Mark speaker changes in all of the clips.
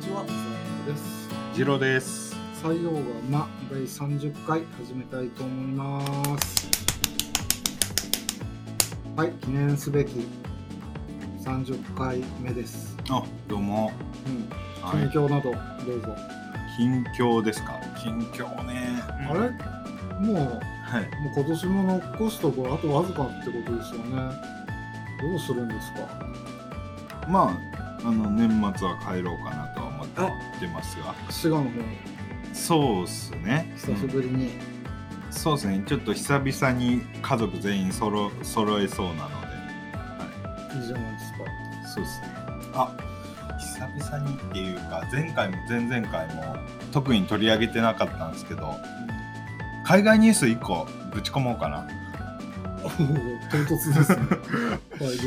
Speaker 1: ちは、せーのです。
Speaker 2: ジロです。
Speaker 1: 採用がま第30回始めたいと思います。はい、記念すべき30回目です。
Speaker 2: あ、どうも。
Speaker 1: うん、
Speaker 2: はい
Speaker 1: 近況などどうぞ。
Speaker 2: 近況ですか。近況ね。
Speaker 1: あれもうもう
Speaker 2: はい。
Speaker 1: 今年も残すところあとわずかってことですよね。どうするんですか。
Speaker 2: まあ、あの年末は帰ろうかなとは思ってますが。
Speaker 1: 滋賀の方
Speaker 2: そうっすね。
Speaker 1: 久しぶりに。
Speaker 2: うんそうっすね。ちょっと久々に家族全員そろ揃えそうなので。
Speaker 1: いいじゃないですか。
Speaker 2: そうっすね。あ、久々にっていうか、前回も前々回も特に取り上げてなかったんですけど、海外ニュース1個ぶち込もうかな。
Speaker 1: おー唐突 ですね。はい、どうぞ。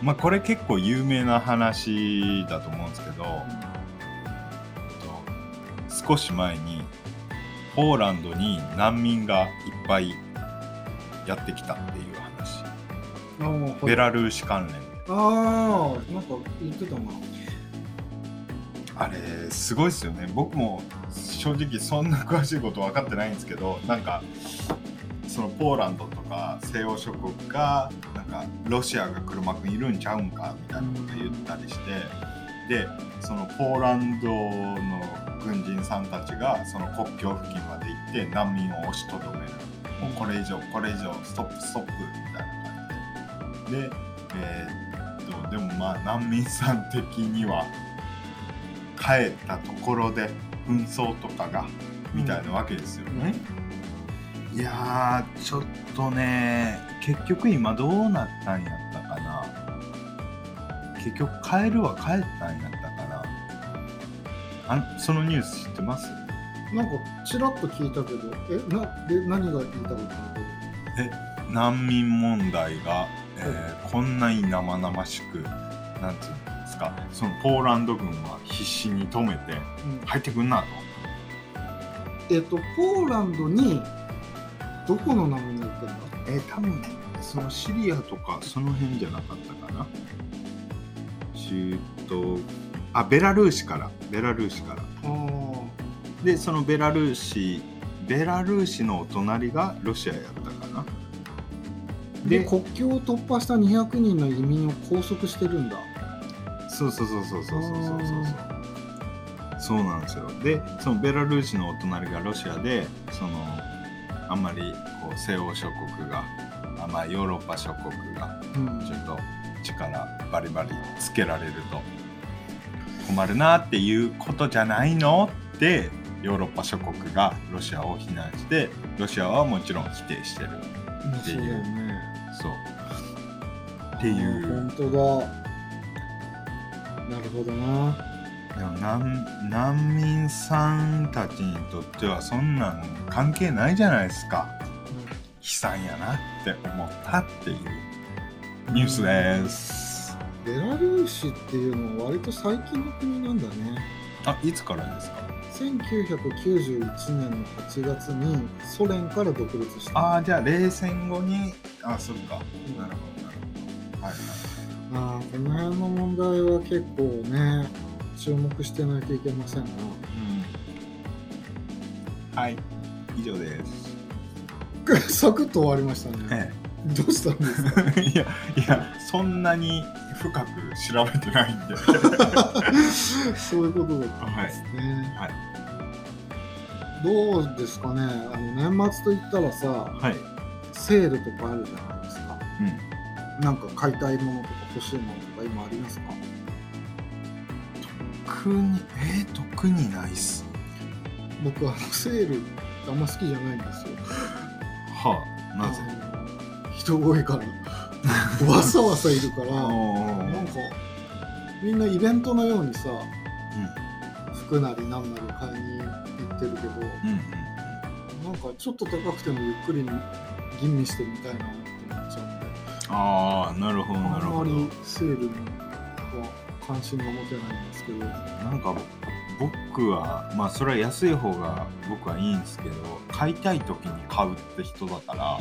Speaker 2: まあ、これ結構有名な話だと思うんですけど、少し前にポーランドに難民がいっぱいやってきたっていう話、
Speaker 1: あーはい
Speaker 2: ベラルーシ関連で
Speaker 1: ああ、なんか言ってたな。
Speaker 2: あれすごいですよね僕も正直そんな詳しいこと分かってないんですけどなんかそのポーランドとか西欧諸国がなんかロシアが黒幕にいるんちゃうんかみたいなこと言ったりしてでそのポーランドの軍人さんたちがその国境付近まで行って難民を押しとどめるもうこれ以上これ以上ストップストップみたいな感じででえーっとでもまあ難民さん的には帰ったところで紛争とかがみたいなわけですよね、いやーちょっとね結局今どうなったんやったかな結局帰るは帰ったんやったかなあそのニュース知ってます
Speaker 1: なんかちらっと聞いたけど、え、な、で、何が言いたかったの。
Speaker 2: 難民問題が、えーこんなに生々しくなんつうんですかそのポーランド軍は必死に止めて
Speaker 1: うん
Speaker 2: 入ってくんなと
Speaker 1: えっと、ポーランドに。どこの難民が行ってんだ。
Speaker 2: えー多分そのシリアとかその辺じゃなかったかな中東あベラルーシからベラルーシから
Speaker 1: あ
Speaker 2: でそのベラルーシベラルーシのお隣がロシアやったかな
Speaker 1: あ。で、
Speaker 2: で
Speaker 1: 国境を突破した200人の移民を拘束してるんだ。
Speaker 2: そうそうそうそうそうそうそうそうそうなんですよでそのベラルーシのお隣がロシアでそのあんまりこう西欧諸国があまあヨーロッパ諸国が
Speaker 1: うん
Speaker 2: ちょっと力バリバリつけられると困るなっていうことじゃないのってヨーロッパ諸国がロシアを非難してロシアはもちろん否定してる
Speaker 1: そうだよね。
Speaker 2: そうってい
Speaker 1: あ
Speaker 2: う
Speaker 1: ー本当だ。なるほどな。
Speaker 2: でも難難民さんたちにとってはそんなん関係ないじゃないですか悲惨やなって思ったっていうニュースです
Speaker 1: ベラルーシっていうのは割と最近の国なんだね。
Speaker 2: あいつからですか
Speaker 1: 1991年の8月にソ連から独立した
Speaker 2: あ
Speaker 1: あ
Speaker 2: あじゃあ冷戦後にあそうかなるほどなるほどはい
Speaker 1: あーこの辺の問題は結構ね注目してないといけません な
Speaker 2: はい、うん、はい以上です、
Speaker 1: サクッと終わりましたね
Speaker 2: え
Speaker 1: どうしたんです か
Speaker 2: え、いやいやそんなに深く調べてないんで
Speaker 1: そういうことだったんですね、
Speaker 2: はい
Speaker 1: どうですかねあの年末といったらさ
Speaker 2: はい、
Speaker 1: セールとかあるじゃないですか
Speaker 2: うん、
Speaker 1: なんか買いたいものとか欲しいものとか今ありますか
Speaker 2: 特にえー、特にないっす
Speaker 1: 僕あのセールあんま好きじゃないんですよ
Speaker 2: はあなぜ
Speaker 1: あの人多いからわさわさいるからな
Speaker 2: お
Speaker 1: んかみんなイベントのようにさ
Speaker 2: う
Speaker 1: 服なりなんなり買いに行ってるけど
Speaker 2: んうん
Speaker 1: なんかちょっと高くてもゆっくり吟味してみたいなってなっちゃうんで
Speaker 2: ああなるほどなる
Speaker 1: あ
Speaker 2: ほ
Speaker 1: んま
Speaker 2: ど
Speaker 1: りセールには関心が持てないんですけど
Speaker 2: なんか僕はまあそれは安い方が僕はいいんですけど買いたい時に買うって人だから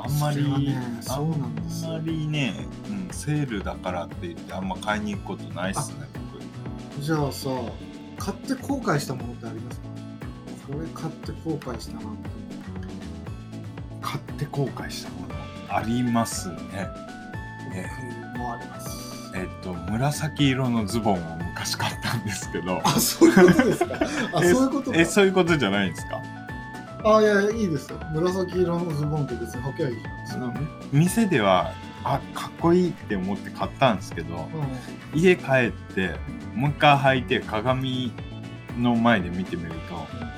Speaker 2: あんまり
Speaker 1: それはね
Speaker 2: あ
Speaker 1: そうなんですよ
Speaker 2: あんまりね、うん、セールだからって言ってあんま買いに行くことないっすね
Speaker 1: じゃあさ買って後悔したものってありますかこれ買って後悔したなって
Speaker 2: 買って後悔したものありますねえ
Speaker 1: 僕もあります、
Speaker 2: えっと紫色のズボンを昔買ったんですけど
Speaker 1: あそういうことですかあそう
Speaker 2: え
Speaker 1: いうことか
Speaker 2: えそういうことじゃないんですか
Speaker 1: あいやいやいいですよ紫色のズボンって別に履けばいいじゃないですか、
Speaker 2: 店ではあかっこいいって思って買ったんですけど家帰ってもう一回履いて鏡の前で見てみると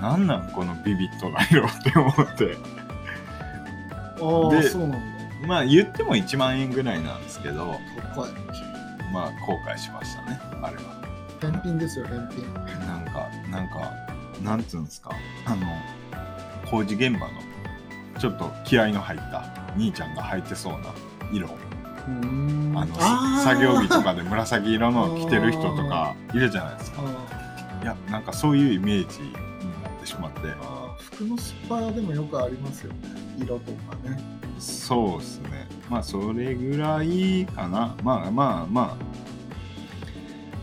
Speaker 2: なんなんこのビビットな色って思って
Speaker 1: うん、ああ
Speaker 2: で
Speaker 1: そうなん
Speaker 2: まあ言っても1万円ぐらいなんですけど
Speaker 1: だ高い
Speaker 2: まあ後悔しましたねあれは
Speaker 1: 返品ですよ返品
Speaker 2: なんかなんかなんつうんですかあの工事現場のちょっと気合いの入った兄ちゃんが履いてそうな色
Speaker 1: うん
Speaker 2: あの
Speaker 1: あー
Speaker 2: 作業着とかで紫色の着てる人とかいるじゃないですか
Speaker 1: あ
Speaker 2: いやなんかそういうイメージになってしまって
Speaker 1: ーあー服の失敗はでもよくありますよね色とかね
Speaker 2: そうですねまあそれぐらいかなまあまあま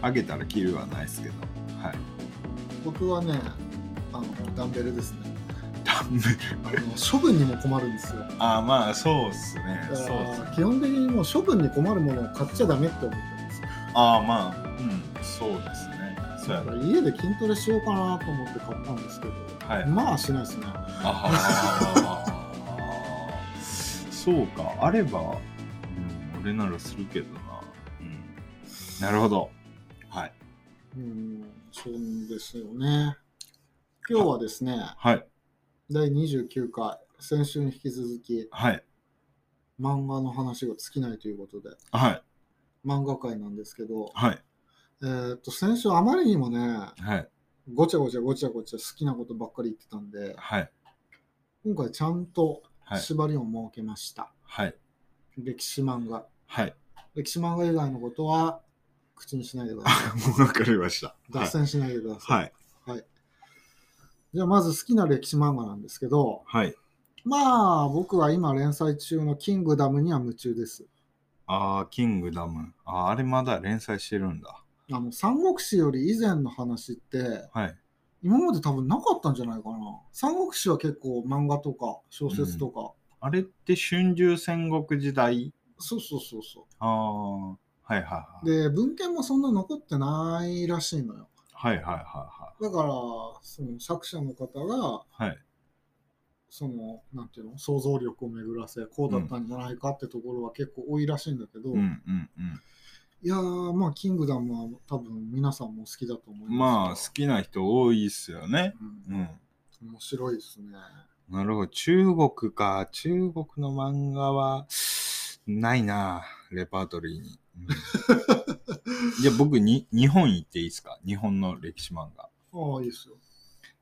Speaker 2: ああげたら着るはないですけどはい
Speaker 1: 僕はねあのダンベルですね
Speaker 2: ダンベル
Speaker 1: あの処分にも困るんですよ
Speaker 2: あまあそうっすね
Speaker 1: だ
Speaker 2: そう
Speaker 1: か
Speaker 2: っす
Speaker 1: ら
Speaker 2: ね
Speaker 1: 基本的にもう処分に困るものを買っちゃダメって思ってます
Speaker 2: ああまあうんそうですねそうや
Speaker 1: だか
Speaker 2: ね
Speaker 1: ら家で筋トレしようかなと思って買ったんですけど、
Speaker 2: はい
Speaker 1: まあしないですねあ
Speaker 2: ああそうかあれば、うん、俺ならするけどな、うん、なるほどはい
Speaker 1: うんそうですよね今日はですね
Speaker 2: はい
Speaker 1: 第29回先週に引き続き
Speaker 2: はい
Speaker 1: 漫画の話が尽きないということで
Speaker 2: はい
Speaker 1: 漫画界なんですけど、
Speaker 2: はい
Speaker 1: えーっと先週あまりにもね
Speaker 2: はい
Speaker 1: ごちゃごちゃごちゃごちゃ好きなことばっかり言ってたんで
Speaker 2: はい
Speaker 1: 今回ちゃんと
Speaker 2: はい
Speaker 1: 縛りを設けました、
Speaker 2: はい
Speaker 1: 歴史漫画
Speaker 2: はい
Speaker 1: 歴史漫画以外のことは口にしないでくだ さい
Speaker 2: わかりました
Speaker 1: 脱線しないでください、
Speaker 2: はい
Speaker 1: じゃあまず好きな歴史漫画なんですけど
Speaker 2: はい
Speaker 1: まあ僕は今連載中の「キングダム」には夢中です
Speaker 2: ああキングダムあーあれまだ連載してるんだ
Speaker 1: あの三国志より以前の話って
Speaker 2: はい
Speaker 1: 今まで多分なかったんじゃないかな三国志は結構漫画とか小説とか、
Speaker 2: あれって春秋戦国時代
Speaker 1: そうそうそうそ
Speaker 2: ああはいはいは
Speaker 1: う
Speaker 2: い
Speaker 1: で文献もそんな残ってないらしいのよ
Speaker 2: はいはいは
Speaker 1: だからその作者の方が
Speaker 2: いはいはい
Speaker 1: そのなんていうの想像力を巡らせこうだったんじゃないかってところは結構多いらしいんだけど、
Speaker 2: うんうんうん
Speaker 1: いやーまあ「キングダム」は多分皆さんも好きだと思い
Speaker 2: ま
Speaker 1: ま
Speaker 2: あ
Speaker 1: す
Speaker 2: 好きな人多いっすよね。
Speaker 1: う
Speaker 2: うんん。
Speaker 1: 面白いですね
Speaker 2: なるほど。中国か。中国の漫画は、ないなレパートリーに。 うん、いや、僕に、日本行っていいですか日本の歴史漫画。
Speaker 1: ああいいですよ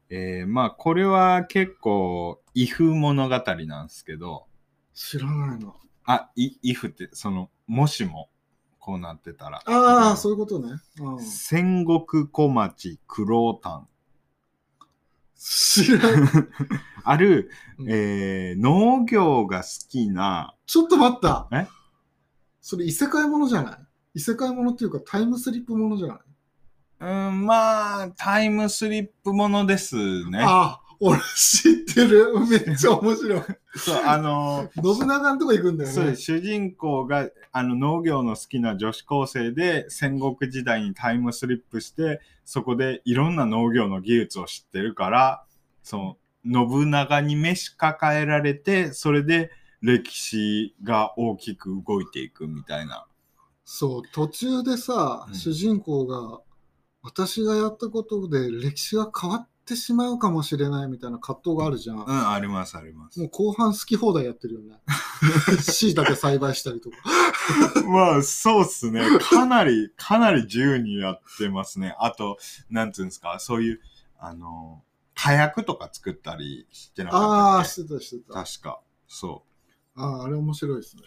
Speaker 2: えー、まあ、これは結構、威風物語なんですけど、
Speaker 1: 知らないな
Speaker 2: あ、い、威風って、その、もしも、こうなってたら。
Speaker 1: ああ、
Speaker 2: うん
Speaker 1: そういうことね、うん、
Speaker 2: 戦国小町九郎丹。
Speaker 1: 知らない
Speaker 2: ある、
Speaker 1: うん
Speaker 2: えー農業が好きな、
Speaker 1: ちょっと待った
Speaker 2: え
Speaker 1: それ異世界ものじゃない異世界ものっていうかタイムスリップものじゃない、
Speaker 2: うん、まあ、タイムスリップものですね。
Speaker 1: ああ俺知ってる めっちゃ面白い
Speaker 2: そう、あの、
Speaker 1: 信長のとこ行くんだよね
Speaker 2: そうです主人公があの農業の好きな女子高生で戦国時代にタイムスリップして、そこでいろんな農業の技術を知ってるから、その、信長に召し抱えられて、それで歴史が大きく動いていくみたいな。
Speaker 1: そう途中でさ、
Speaker 2: うん
Speaker 1: 主人公が私がやったことで歴史が変わってしまうかもしれないみたいな葛藤がある じゃん、
Speaker 2: う
Speaker 1: も
Speaker 2: ん、あります、あります
Speaker 1: う。後半好き放題やってるよね 椎茸栽培したりとか
Speaker 2: まあ、そうっすね。かなり、 かなり自由にやってますね。あと、なんつうんですか、そういう、あの、火薬とか作ったりしてな
Speaker 1: あ
Speaker 2: か
Speaker 1: あ
Speaker 2: ったっ
Speaker 1: してたして
Speaker 2: け
Speaker 1: たあ
Speaker 2: 確か。そう。
Speaker 1: あーあれ面白いですね、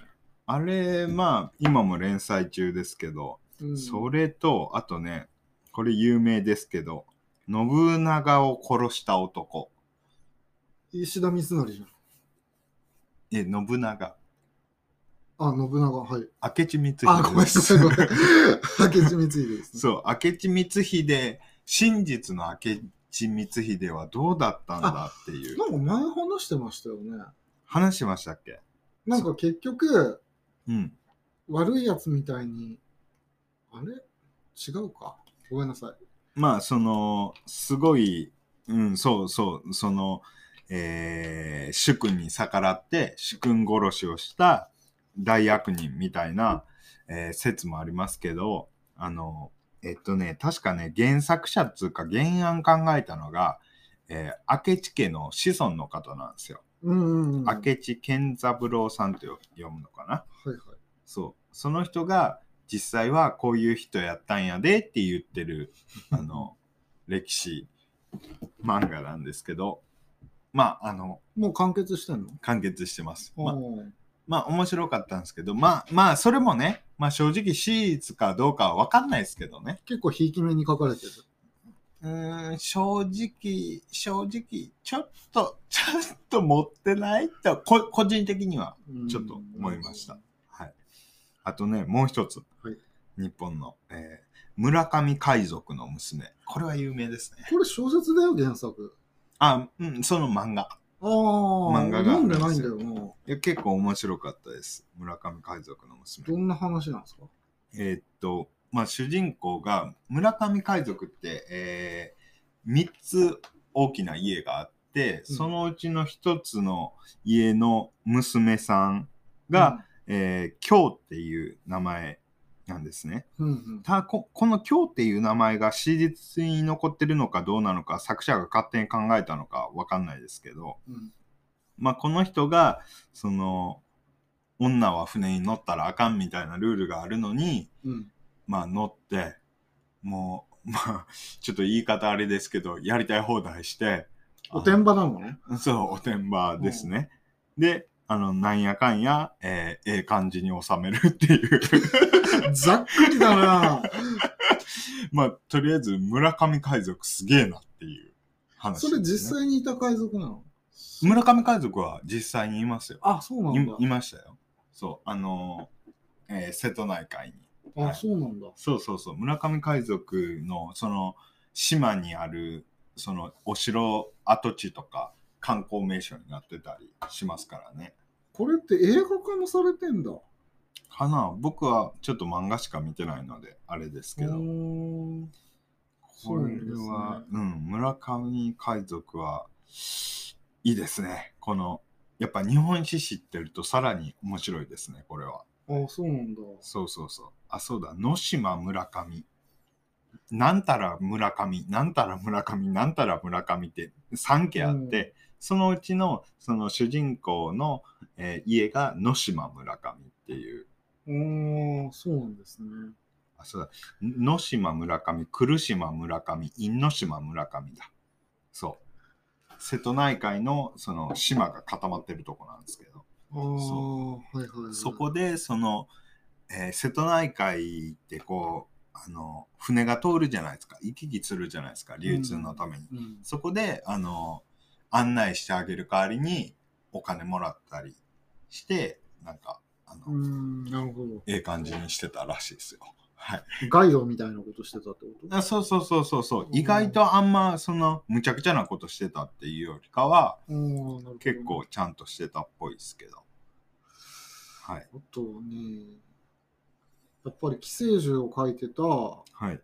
Speaker 2: あれ、まあ、今も連載中ですけど、
Speaker 1: うん、
Speaker 2: それと、あとね、これ有名ですけど、信長を殺した男。
Speaker 1: 石田三成じゃん
Speaker 2: え、信長。
Speaker 1: あ信長はい
Speaker 2: 明智光秀です。
Speaker 1: あごめんなさいごめん明智光秀ですね
Speaker 2: そう、明智光秀真実の明智光秀はどうだったんだっていう
Speaker 1: なんか前話してましたよね。
Speaker 2: 話しましたっけ
Speaker 1: なんか結局、
Speaker 2: うん
Speaker 1: 悪いやつみたいに、あれ違うか。ごめんなさい。
Speaker 2: まあそのすごいうんそうそうそのえー主君に逆らって主君殺しをした大悪人みたいな、えー説もありますけどあのえっとね確かね原作者っつうか原案考えたのが、えー明智家の子孫の方なんですよ。
Speaker 1: うんうん、うん。はい
Speaker 2: 明智健三郎さんとよ読むのかな。
Speaker 1: はい。
Speaker 2: そう。その人が実際はこういう人やったんやでって言って る、あの、歴史漫画なんですけど、まあ、あの、
Speaker 1: もう完結してんの、
Speaker 2: 完結してます。
Speaker 1: あ
Speaker 2: まあ、まあ、面白かったんですけど、まあ、まあ、それもね、まあ、正直、史実かどうかは分かんないですけどね。
Speaker 1: 結構ひいき目に書かれてる。
Speaker 2: うーん、正直、正直、ちょっと、ちょっと持ってないと、こ個人的には
Speaker 1: うん
Speaker 2: ちょっと思いました。はい。あとね、もう一つ。
Speaker 1: はい
Speaker 2: 日本の、えー村上海賊の娘。これは有名ですね。
Speaker 1: これ小説だよ、原作。
Speaker 2: あ、うん、その漫画。
Speaker 1: ああ、漫
Speaker 2: 画が
Speaker 1: 読んでないんだよな。
Speaker 2: いや結構面白かったです。村上海賊の娘。
Speaker 1: どんな話なんですか
Speaker 2: えーっと、まあ、主人公が、村上海賊って、え3つ大きな家があって、
Speaker 1: うん
Speaker 2: そのうちの1つの家の娘さんが、、えー京っていう名前なんですね。
Speaker 1: うん、うん
Speaker 2: ただここの京っていう名前が史実に残ってるのかどうなのか作者が勝手に考えたのかわかんないですけど、
Speaker 1: うん、
Speaker 2: まあ、この人がその女は船に乗ったらあかんみたいなルールがあるのに、
Speaker 1: うん。
Speaker 2: まあ、乗ってもう、まあ、ちょっと言い方あれですけどやりたい放題して
Speaker 1: おてんばなのね。
Speaker 2: そう、おてんばですね。で、あの、なんやかんや、えーええ感じに収めるっていう。
Speaker 1: ざっくりだな。
Speaker 2: まあ、とりあえず、村上海賊すげえなっていう 話、
Speaker 1: それ実際にいた海賊なの
Speaker 2: 村上海賊は実際にいますよ。
Speaker 1: あ、そうなんだ
Speaker 2: いい。ましたよ。そう、あのーえー瀬戸内海に。
Speaker 1: あ、そうなんだ。
Speaker 2: そうそうそう、村上海賊の、その、島にある、その、お城跡地とか、観光名所になってたりしますからね。
Speaker 1: これって映画化もされてんだ。
Speaker 2: かな僕はちょっと漫画しか見てないのであれですけ
Speaker 1: うー
Speaker 2: ど
Speaker 1: ん
Speaker 2: これはう,、ん村上海賊はいいですねこのやっぱ日本史知ってるとさらに面白いですねこれは
Speaker 1: あ、そうなんだ。
Speaker 2: そうそうそうあそうだ野島村上なんたら村上なんたら村上なんたら村上って3家あって、
Speaker 1: う
Speaker 2: そのうちのその主人公の、えー家が野島村上っていう
Speaker 1: ああ、そうなんですね。
Speaker 2: あ、そうだ。野島村上、来島村上、因島村上だ。そう。瀬戸内海のその島が固まってるとこなんですけど、
Speaker 1: ああ、はいはい、はい。
Speaker 2: そこでその、えー瀬戸内海ってこう、あの、船が通るじゃないですか。行き来するじゃないですか、流通のために。
Speaker 1: うん、
Speaker 2: そこで、あの、案内してあげる代わりにお金もらったりして、なんか、あの、
Speaker 1: うーん、なるほど。
Speaker 2: ええ感じにしてたらしいですよ。はい。
Speaker 1: ガイドみたいなことしてたってこと
Speaker 2: あそうそうそうそうそう
Speaker 1: うん
Speaker 2: 意外とあんまそのむちゃくちゃなことしてたっていうよりかは
Speaker 1: あーなるほどね
Speaker 2: 結構ちゃんとしてたっぽいですけどはい
Speaker 1: あとね、やっぱり寄生獣を書いてた
Speaker 2: はい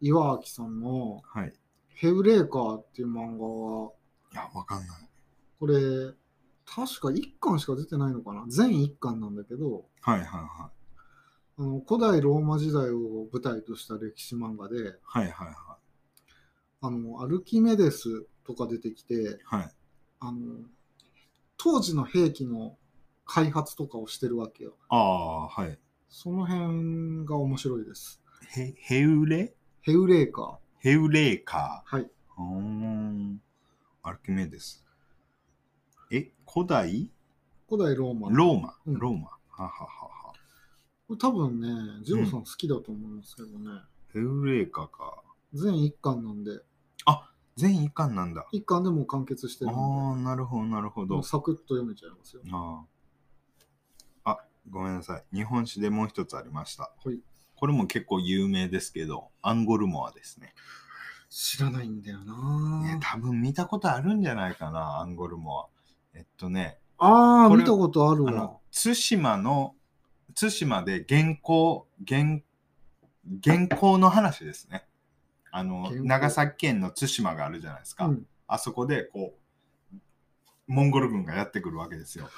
Speaker 1: 岩明さんの
Speaker 2: はい
Speaker 1: 「ヘブレーカー」っていう漫画は、
Speaker 2: いやわかんない
Speaker 1: これ、確か1巻しか出てないのかな全1巻なんだけど、
Speaker 2: はいはいは
Speaker 1: あの古代ローマ時代を舞台とした歴史漫画で、
Speaker 2: いはいはい
Speaker 1: あのアルキメデスとか出てきて、
Speaker 2: はいはい
Speaker 1: あの当時の兵器の開発とかをしてるわけよ。
Speaker 2: ああーはい
Speaker 1: その辺が面白いです。
Speaker 2: へヘウレ
Speaker 1: ヘウレーカー。
Speaker 2: ヘウレーカ
Speaker 1: はい。
Speaker 2: ーうーんアルキメデスえ古代
Speaker 1: 古代ローマ。
Speaker 2: ローマ
Speaker 1: うん
Speaker 2: ローマ、はははは
Speaker 1: これ多分ね、ジローさん好きだと思うんですけどね。
Speaker 2: ヘウレーカーか
Speaker 1: 全1巻なんで、
Speaker 2: 全一巻なんだ
Speaker 1: 1巻でもう完結してるんで、
Speaker 2: ああなるほどなるほ
Speaker 1: も
Speaker 2: ど
Speaker 1: うサクッと読めちゃいますよ。
Speaker 2: あああごめんなさい日本史でもう一つありました、
Speaker 1: はい
Speaker 2: これも結構有名ですけどアンゴルモアですね
Speaker 1: 知らないんだよな、
Speaker 2: ね、多分見たことあるんじゃないかな、アンゴルモは。えっとね、
Speaker 1: ああ
Speaker 2: これ
Speaker 1: 見たことある
Speaker 2: あ
Speaker 1: わ
Speaker 2: の、対馬の、対馬で原稿、原、原稿の話ですね。あの、
Speaker 1: 原稿
Speaker 2: 長崎県の対馬があるじゃないですか。
Speaker 1: うん
Speaker 2: あそこで、こう、モンゴル軍がやってくるわけですよ。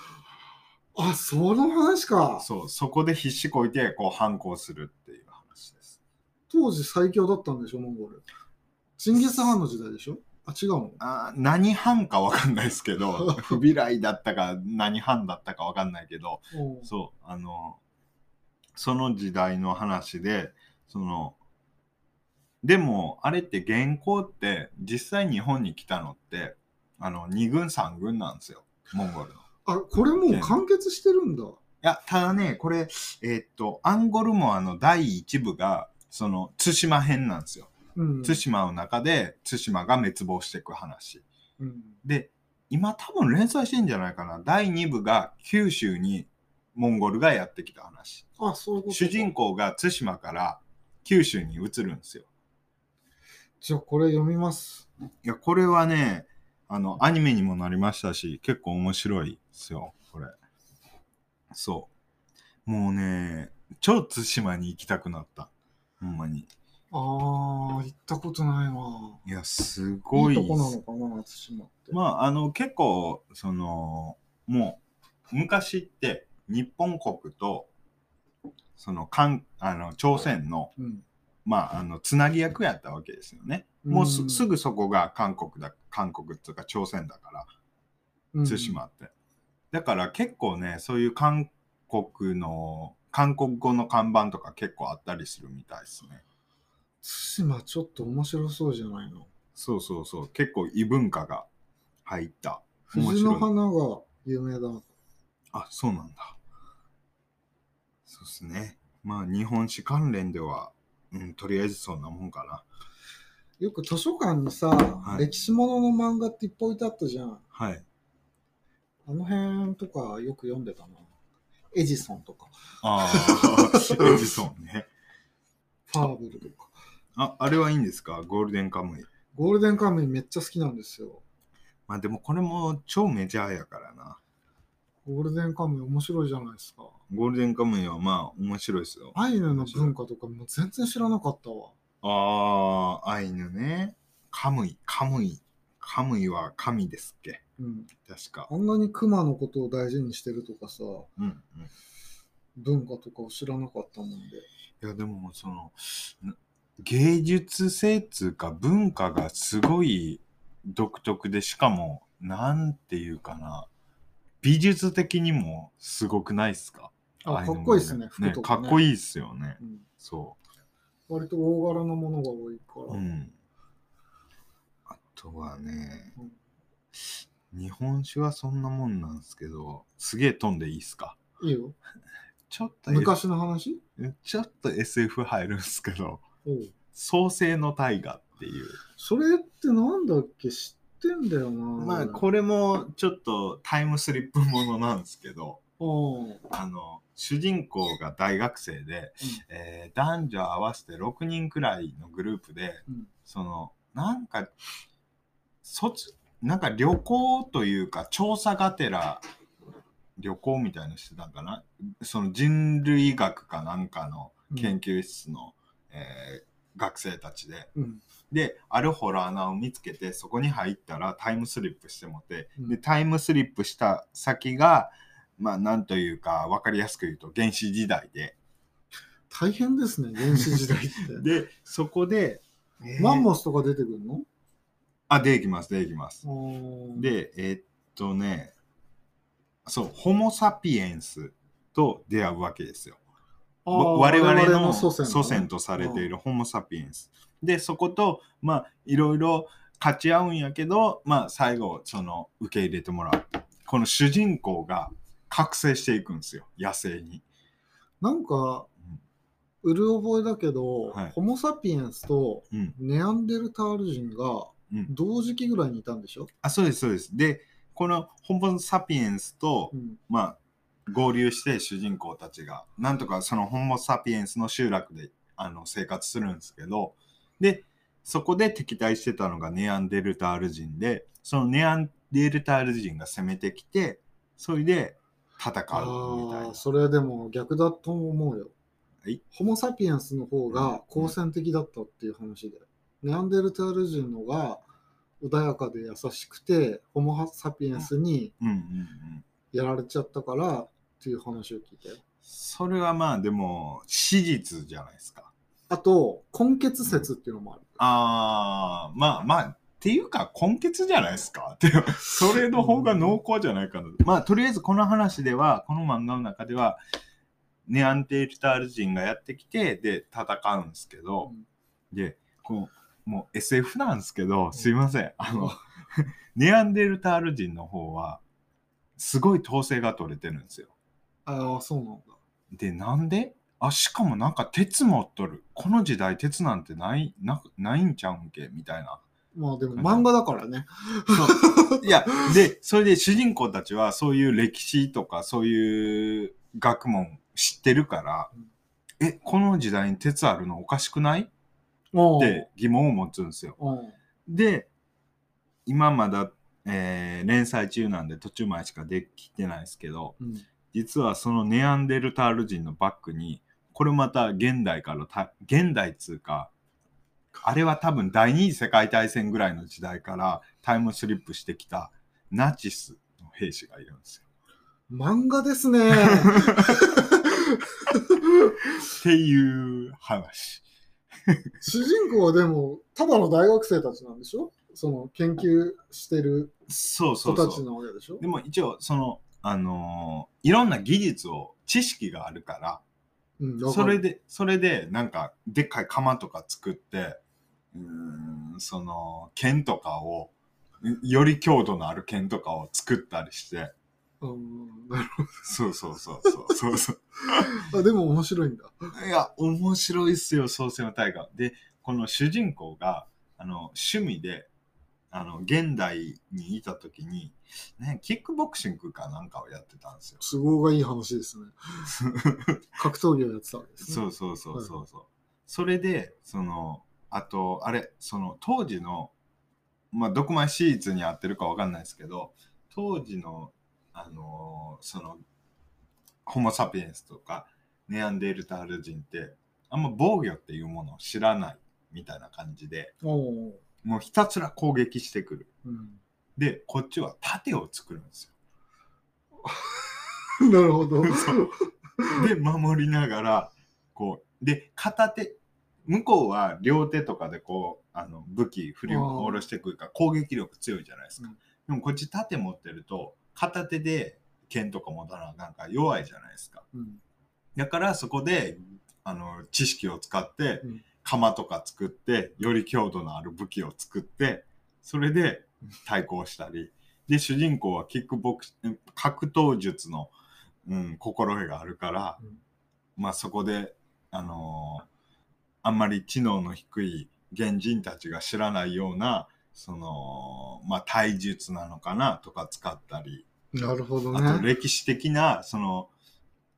Speaker 1: あその話か
Speaker 2: そう、そこで必死こいて、こう、反抗するっていう話です。
Speaker 1: 当時最強だったんでしょモンゴルチンギス・ハンの時代でしょあ違うの
Speaker 2: あー何藩かわかんないですけ ど、不備来だったか、何藩だったかわかんないけど、
Speaker 1: うん
Speaker 2: そうあのその時代の話でそのでもあれって原稿って実際日本に来たのってあの2軍3軍なんですよモンゴルの。い
Speaker 1: あこれもう完結してるんだ、
Speaker 2: やただねこれえーっとアンゴルモアの第1部がその対馬編なんですよ。
Speaker 1: うん
Speaker 2: 対馬の中で対馬が滅亡していく話。
Speaker 1: うん
Speaker 2: で今多分連載してんじゃないかな第2部が九州にモンゴルがやってきた話。
Speaker 1: あそういうことか
Speaker 2: 主人公が対馬から九州に移るんですよ。
Speaker 1: じゃあこれ読みます
Speaker 2: いや、これはね、あの、アニメにもなりましたし、結構面白いですよ、これ。そう。もうね、超対馬に行きたくなった。ほんまに。
Speaker 1: あー行ったことないない
Speaker 2: や、すご
Speaker 1: い
Speaker 2: い
Speaker 1: い
Speaker 2: っす
Speaker 1: とこなのかな松島って、
Speaker 2: まあ、あの、結構、その、もう、昔って、日本国と、その、韓あの朝鮮の、
Speaker 1: うん
Speaker 2: まあ、あの、つなぎ役やったわけですよね。もうすすぐそこが韓国だ韓国っていうか朝鮮だか
Speaker 1: うん
Speaker 2: ら対馬って、だから結構ねそういう韓国の韓国語の看板とか結構あったりするみたいですね
Speaker 1: 対馬ちょっと面白そうじゃないの
Speaker 2: そうそうそう結構異文化が入った面
Speaker 1: 藤の
Speaker 2: 白い
Speaker 1: 花が有名だ
Speaker 2: あそうなんだそうですねまあ日本史関連では、うん、とりあえずそんなもんかな
Speaker 1: よく図書館にさ、
Speaker 2: い
Speaker 1: 歴史ものの漫画っていっぱい置いてあったじゃん
Speaker 2: はい
Speaker 1: あの辺とかよく読んでたなエジソンとか
Speaker 2: ああエジソンね
Speaker 1: ファーブルとか
Speaker 2: ああれはいいんですかゴールデンカムイ
Speaker 1: ゴールデンカムイめっちゃ好きなんですよ
Speaker 2: まあでもこれも超メジャーやからな。
Speaker 1: ゴールデンカムイ面白いじゃないですか
Speaker 2: ゴールデンカムイはまあ面白いですよ。
Speaker 1: アイヌの文化とかも全然知らなかったわ
Speaker 2: ああ、アイヌね。カムイ、カムイ。カムイは神ですっけ
Speaker 1: うん、
Speaker 2: 確か。
Speaker 1: あんなにクマのことを大事にしてるとかさ
Speaker 2: うんうん。
Speaker 1: 文化とかを知らなかったもんで
Speaker 2: いやでもその、な芸術性つうか文化がすごい独特で、しかも、なんていうかな。美術的にもすごくないっすか
Speaker 1: あ
Speaker 2: アイヌ
Speaker 1: かっこいいっすね
Speaker 2: の
Speaker 1: 服とかね
Speaker 2: かっこいいっすよね。
Speaker 1: うん
Speaker 2: そう。
Speaker 1: 割と大柄なものが多いから、
Speaker 2: うん。あとはね、
Speaker 1: うん
Speaker 2: 日本酒はそんなもんなんですけど、すげえ飛んでいいっすか
Speaker 1: いいよ
Speaker 2: ちょっと、
Speaker 1: 昔の話
Speaker 2: ちょっと SF 入るんすけど、
Speaker 1: おう
Speaker 2: 創世の大河っていう。
Speaker 1: それってなんだっけ知ってんだよな
Speaker 2: まあ、これもちょっとタイムスリップものなんですけど、
Speaker 1: うん
Speaker 2: あの、主人公が大学生で、えー男女合わせて6人くらいのグループで、
Speaker 1: うん
Speaker 2: そのなんか卒なんか旅行というか調査がてら旅行みたいなのしてたんかなその人類学かなんかの研究室の、えー学生たちで
Speaker 1: うん
Speaker 2: であるホラー穴を見つけてそこに入ったらタイムスリップしてもって、
Speaker 1: うん
Speaker 2: でタイムスリップした先がまあなんというか分かりやすく言うと原始時代で
Speaker 1: 大変ですね原始時代って
Speaker 2: でそこで、え ー
Speaker 1: マンモスとか出てくるの
Speaker 2: あ出てきます出てきます
Speaker 1: うん
Speaker 2: で、えっとね、そう、ホモ・サピエンスと出会うわけですよ。
Speaker 1: あー
Speaker 2: 我々の
Speaker 1: 祖
Speaker 2: 祖
Speaker 1: 先
Speaker 2: 先
Speaker 1: だね
Speaker 2: とされているホモ・サピエンス。で、そこと、まあ、いろいろ勝ち合うんやけど、まあ、最後、その、受け入れてもらう。この主人公が覚醒していくんですよ、野生に。
Speaker 1: なんかうる覚えだけど、
Speaker 2: はい
Speaker 1: ホモ・サピエンスと
Speaker 2: うん。
Speaker 1: ネアンデルタール人が
Speaker 2: うん。
Speaker 1: 同時期ぐらいにいたんでしょ、
Speaker 2: あ、そうです、そうです。で、このホモ・サピエンスと、
Speaker 1: うん
Speaker 2: まあ、合流して主人公たちがなんとかそのホモ・サピエンスの集落であの生活するんですけどでそこで敵対してたのがネアンデルタール人でそのネアンデルタール人が攻めてきてそれで戦うみたい
Speaker 1: あ
Speaker 2: な
Speaker 1: あ、それでも逆だと思うよ。
Speaker 2: はい
Speaker 1: ホモ・サピエンスの方が好戦的だったっていう話で、ネアンデルタール人のが穏やかで優しくて、ホモ・サピエンスに
Speaker 2: うんうんうん
Speaker 1: やられちゃったからっていう話を聞いて。
Speaker 2: それはまあでも史実じゃないですか
Speaker 1: あと、根血説っていうのもある。
Speaker 2: ああ、まあまあ、っていうか、根血じゃないですか。って いう、それの方が濃厚じゃないかな。まあ、とりあえずこの話では、この漫画の中では、ネアンデルタール人がやってきて、で、戦うんですけど、で、こう、もう SF なんですけど、すいません。あの、 ネアンデルタール人の方は、すごい統制が取れてるんですよ。
Speaker 1: ああ、そうなんだ。
Speaker 2: で、なんであ、しかもなんか鉄持っとる。この時代鉄なんてない、なないんちゃうんけみたいな。
Speaker 1: まあでも漫画だからね。
Speaker 2: そういや、で、それで主人公たちはそういう歴史とかそういう学問知ってるから、え、この時代に鉄あるのおかしくないっ
Speaker 1: おう
Speaker 2: て疑問を持つんですよ。
Speaker 1: おう
Speaker 2: で、今まだ、えー連載中なんで途中までしかできてないですけど、
Speaker 1: うん
Speaker 2: 実はそのネアンデルタール人のバッグに、これまた現代からた、現代っつうか、あれは多分第二次世界大戦ぐらいの時代からタイムスリップしてきたナチスの兵士がいるんですよ。
Speaker 1: 漫画です ね。
Speaker 2: っていう話。
Speaker 1: 主人公はでも、ただの大学生たちなんでしょその研究してる
Speaker 2: そうそ
Speaker 1: 人
Speaker 2: う
Speaker 1: たち
Speaker 2: そう。
Speaker 1: なわけでしょ
Speaker 2: でも一応、その、あのーいろんな技術を、知識があるから、
Speaker 1: うんわか
Speaker 2: そ
Speaker 1: る
Speaker 2: れで、それで、なんか、でっかい釜とか作って、うーん、その、剣とかを、より強度のある剣とかを作ったりして、
Speaker 1: うん なる
Speaker 2: そうそうそうそうそうそ
Speaker 1: ほどあでも面白いんだ。
Speaker 2: う。いや、面白いっすよ、創世の大河。で、この主人公が、あの、趣味で、あの、現代にいた時に、ね、キックボクシングかなんかをやってたんですよ。
Speaker 1: 都合がいい話です ね。格闘技をやってたわけですね。
Speaker 2: そうそうそうそうそう。それで、その、あと、あれ、その当時の、まあ、どこまでシーツに合ってるかわかんないですけど、当時の、あのーその、ホモ・サピエンスとか、ネアンデルタール人って、あんま防御っていうものを知らないみたいな感じで、
Speaker 1: おう
Speaker 2: もうひたすら攻撃してくる。
Speaker 1: うん
Speaker 2: で、こっちは盾を作るんですよ。
Speaker 1: なるほど。
Speaker 2: で守りながらこうで片手向こうは両手とかでこうあの武器振り下ろしてくるから攻撃力強いじゃないですか、
Speaker 1: うん
Speaker 2: でもこっち盾持ってると片手で剣とか持たななんか弱いじゃないですか
Speaker 1: うん
Speaker 2: だからそこであの知識を使って
Speaker 1: うん
Speaker 2: 鎌とか作ってより強度のある武器を作ってそれで対抗したりで主人公はキックボクシ格闘術の、うん、心得があるから、
Speaker 1: うん
Speaker 2: まあそこで、あのーあんまり知能の低い原人たちが知らないようなそのまあ体術なのかなとか使ったり
Speaker 1: なるほど
Speaker 2: あ
Speaker 1: ね。
Speaker 2: と歴史的なその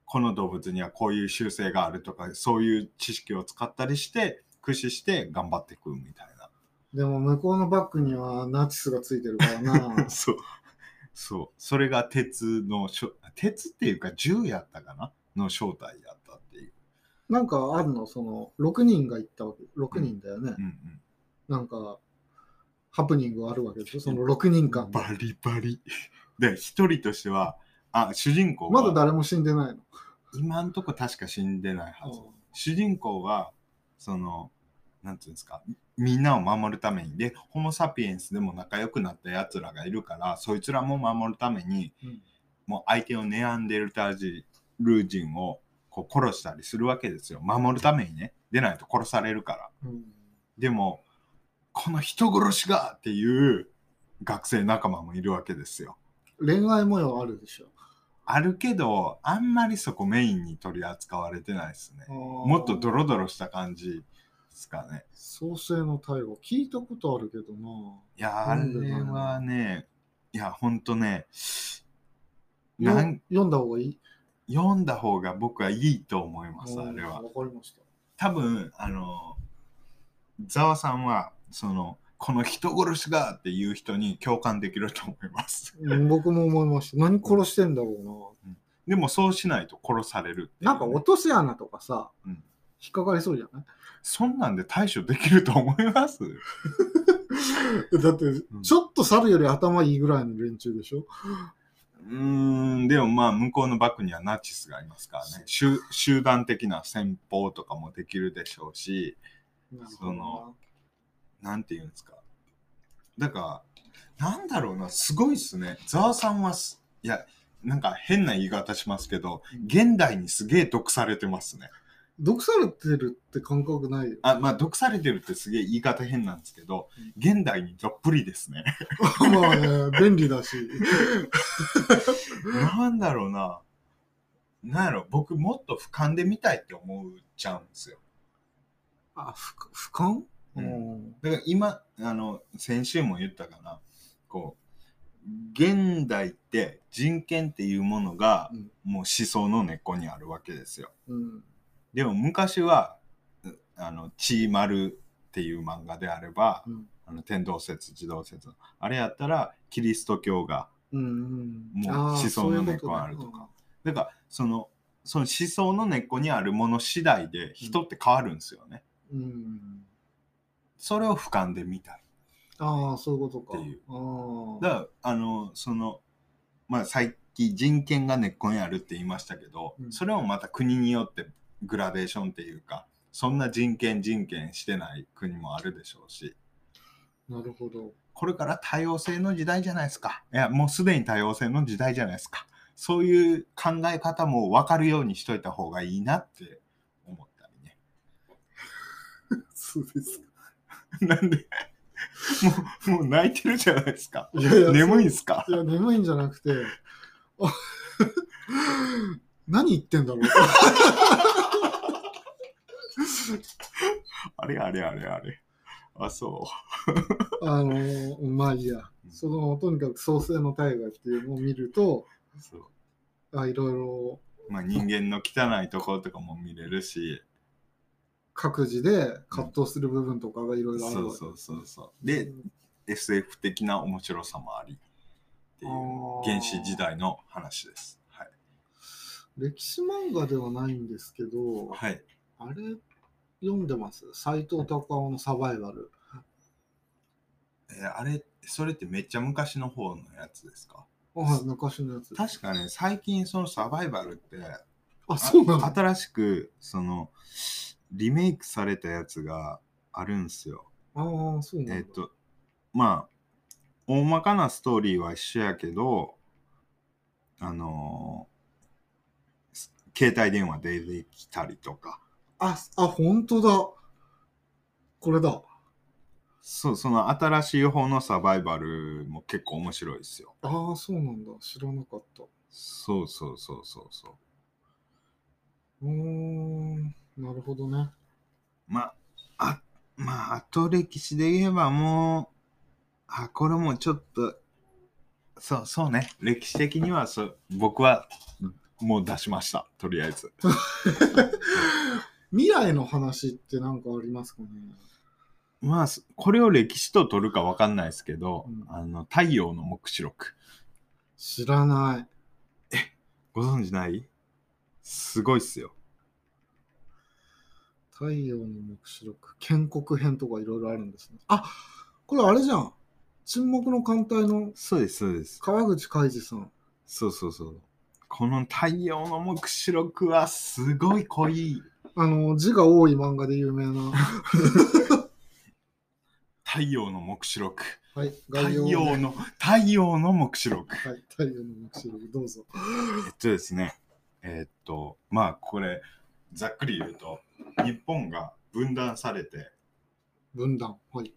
Speaker 2: この動物にはこういう習性があるとかそういう知識を使ったりして駆使して頑張っていくみたい
Speaker 1: でも向こうのバッグにはナチスがついてるからな
Speaker 2: な。そうそうそれが鉄のしょ鉄っていうか銃やったかなの正体やったっていう、
Speaker 1: なんかあるのその、6人が行ったわけ。6人だよね。
Speaker 2: うんうん、
Speaker 1: なんか、ハプニングがあるわけでしょその6人間で。
Speaker 2: バリバリで一人としてはあ主人公
Speaker 1: まだ
Speaker 2: は
Speaker 1: 誰も死んでないの。
Speaker 2: 今んとこ確か死んでないはず主人公はそのなんていうんですかみんなを守るためにでホモ・サピエンスでも仲良くなったやつらがいるからそいつらも守るために
Speaker 1: うん
Speaker 2: もう相手をネアンデルタール人をこう殺したりするわけですよ守るためにね出ないと殺されるから
Speaker 1: うん
Speaker 2: でもこの人殺しがっていう学生仲間もいるわけですよ
Speaker 1: 恋愛模様あるでしょ。
Speaker 2: あるけどあんまりそこメインに取り扱われてないですねも
Speaker 1: も
Speaker 2: っとドロドロした感じですかね
Speaker 1: 創世の大河聞いたことあるけどない
Speaker 2: やあ
Speaker 1: な
Speaker 2: れ
Speaker 1: んでなんだ
Speaker 2: はねいやほんとね
Speaker 1: よ
Speaker 2: なん
Speaker 1: 読んだ方がいい
Speaker 2: 読んだ方が僕はいいと思いますあれ
Speaker 1: う
Speaker 2: は
Speaker 1: んわかりました
Speaker 2: 多分あのざわさんはそのこの人殺しがっていう人に共感できると思います
Speaker 1: うん僕も思いました。何殺してんだろ
Speaker 2: でもそうしないと殺されるっていう
Speaker 1: うな。なんか落とし穴とかさ、
Speaker 2: うん
Speaker 1: 引っかかりそうじゃない
Speaker 2: そんなんで対処できると思います
Speaker 1: だって、ちょっと猿より頭いいぐらいの連中でしょ
Speaker 2: うーんでもまあ向こうのバックにはナチスがありますからね集集団的な戦法とかもできるでしょうし
Speaker 1: なるほ
Speaker 2: そ
Speaker 1: ど
Speaker 2: の
Speaker 1: な。
Speaker 2: なんて言うんですかだからなんだろうなすごいっすねざわさんはすいやなんか変な言い方しますけど現代にすげえ毒されてますね
Speaker 1: 毒されてるって感覚ないよ。
Speaker 2: あまあ毒されてるってすげえ言い方変なんですけど現代にどっぷりですね
Speaker 1: まあね、便利だし。
Speaker 2: なんだろうななんやろ僕もっと俯瞰で見たいって思っちゃうんですよ
Speaker 1: あ、ふ俯瞰う
Speaker 2: う
Speaker 1: んん。
Speaker 2: だから今あの先週も言ったかなこう現代って人権っていうものが
Speaker 1: うん
Speaker 2: もう思想の根っこにあるわけですよ。
Speaker 1: うん。
Speaker 2: でも昔はうあの「ちーまる」っていう漫画であれば
Speaker 1: うん。
Speaker 2: あの天動説地動説のあれやったらキリスト教が
Speaker 1: うん。
Speaker 2: もう
Speaker 1: あー
Speaker 2: 思想の根っ
Speaker 1: そ
Speaker 2: こ
Speaker 1: ういう
Speaker 2: が
Speaker 1: こ
Speaker 2: あるとか
Speaker 1: ね
Speaker 2: だからそのその思想の根っこにあるもの次第で人って変わるんですよね。
Speaker 1: うん。
Speaker 2: それを俯瞰で見たい。
Speaker 1: ああ、そういうことか。
Speaker 2: っていう
Speaker 1: あ
Speaker 2: だ
Speaker 1: あ。
Speaker 2: からあのそのまあ最近人権が根っこにあるって言いましたけど、
Speaker 1: うん
Speaker 2: それもまた国によってグラデーションっていうかそんな人権人権してない国もあるでしょうし
Speaker 1: なるほど。
Speaker 2: これから多様性の時代じゃないですかいやもうすでに多様性の時代じゃないですかそういう考え方も分かるようにしといた方がいいなって思ったりね
Speaker 1: そうですか。
Speaker 2: なんでもうもう泣いてるじゃないですか
Speaker 1: いやいや
Speaker 2: 眠いんすか
Speaker 1: いや、眠いんじゃなくて、 あ何言ってんだろう。
Speaker 2: あれあれあれあれあそう
Speaker 1: あのーまあいいや。その、とにかく創世の大河っていうのを見ると、
Speaker 2: そう
Speaker 1: あいろいろ
Speaker 2: まあ、人間の汚いところとかも見れるし、
Speaker 1: 各自で葛藤する部分とかがいろいろある
Speaker 2: そう
Speaker 1: わけ
Speaker 2: そうそうそう。で、SF 的な面白さもありっていう
Speaker 1: あー
Speaker 2: 原始時代の話です。はい。
Speaker 1: 歴史漫画ではないんですけど、
Speaker 2: はい、
Speaker 1: あれ読んでます斎藤隆夫のサバイバル。
Speaker 2: えーあれ、それってめっちゃ昔の方のやつですか
Speaker 1: あ昔のやつ。
Speaker 2: 確かね、最近そのサバイバルって、
Speaker 1: あ、そうなの
Speaker 2: 新しくそのリメイクされたやつがあるんすよ。
Speaker 1: ああ、そうな
Speaker 2: え
Speaker 1: ん
Speaker 2: っ
Speaker 1: だ。
Speaker 2: と、まあ、大まかなストーリーは一緒やけど、あのーす携帯電話出てきたりとか、
Speaker 1: あ、あ、本当だ。これだ。
Speaker 2: そうその新しい方のサバイバルも結構面白いですよ。
Speaker 1: ああ、そうなんだ。知らなかった。
Speaker 2: そうそうそうそうそう。
Speaker 1: うーん、なるほど ね。
Speaker 2: まあ、あ、まあ、あと歴史で言えばもう、あ、これもちょっと、そう、そうね。歴史的にはそう、僕は、もう出しました。とりあえず。
Speaker 1: 未来の話って何かありますかね
Speaker 2: まあ、すこれを歴史と取るかわかんないですけど、
Speaker 1: うん
Speaker 2: あの、太陽の目視録。
Speaker 1: 知らない。
Speaker 2: ご存知ないすごいっすよ。
Speaker 1: 太陽の黙示録、建国編とかいろいろあるんですね。あこれあれじゃん。沈黙の艦隊の
Speaker 2: そうです、そうです。
Speaker 1: 川口海二さん。
Speaker 2: そうそうそう。この太陽の目視録はすごい濃い。
Speaker 1: あの、字が多い漫画で有名 な。
Speaker 2: 太陽の目視録。
Speaker 1: はい、
Speaker 2: 太
Speaker 1: を
Speaker 2: 陽の、太陽の目視録。
Speaker 1: はい、太陽の黙示録、どうぞ。
Speaker 2: えっとですね、えっと、まあ、これ、ざっくり言うと、日本が分断されて
Speaker 1: 分断。はい。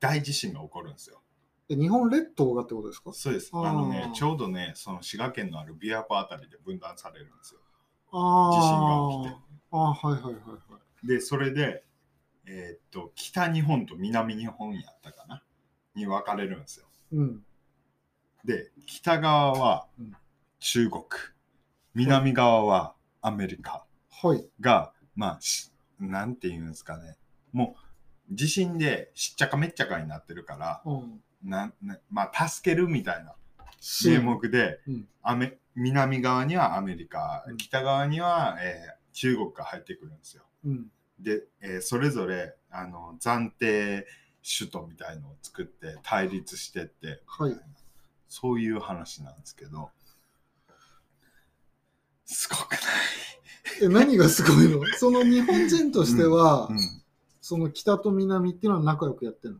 Speaker 2: 大地震が起こるんですよ。
Speaker 1: で日本列島がってことですか
Speaker 2: そうです。
Speaker 1: あー
Speaker 2: あのね、ちょうどね、その滋賀県のある琵琶湖あたりで分断されるんですよ。
Speaker 1: あ
Speaker 2: 地
Speaker 1: あ。
Speaker 2: 震が起き
Speaker 1: ああ、はいはいはいはい。
Speaker 2: て。で、それで、えーっと、北日本と南日本やったかなに分かれるんですよ。
Speaker 1: うん。
Speaker 2: で、北側は
Speaker 1: うん
Speaker 2: 中国、南側はアメリカ
Speaker 1: はい。
Speaker 2: が、まあ、しなんていうんですかね、もう地震でしっちゃかめっちゃかになってるから
Speaker 1: うん。
Speaker 2: ななまあ助けるみたいな
Speaker 1: し
Speaker 2: 名目で、
Speaker 1: うん
Speaker 2: アメ南側にはアメリカ
Speaker 1: うん
Speaker 2: 北側には、えー中国が入ってくるんですよ。
Speaker 1: うん。
Speaker 2: で、えーそれぞれあの暫定首都みたいのを作って対立してって
Speaker 1: はい。
Speaker 2: そういう話なんですけどすごくない
Speaker 1: え、何がすご いのその日本人としては、
Speaker 2: うん
Speaker 1: その北と南っていうのは仲良くやってんの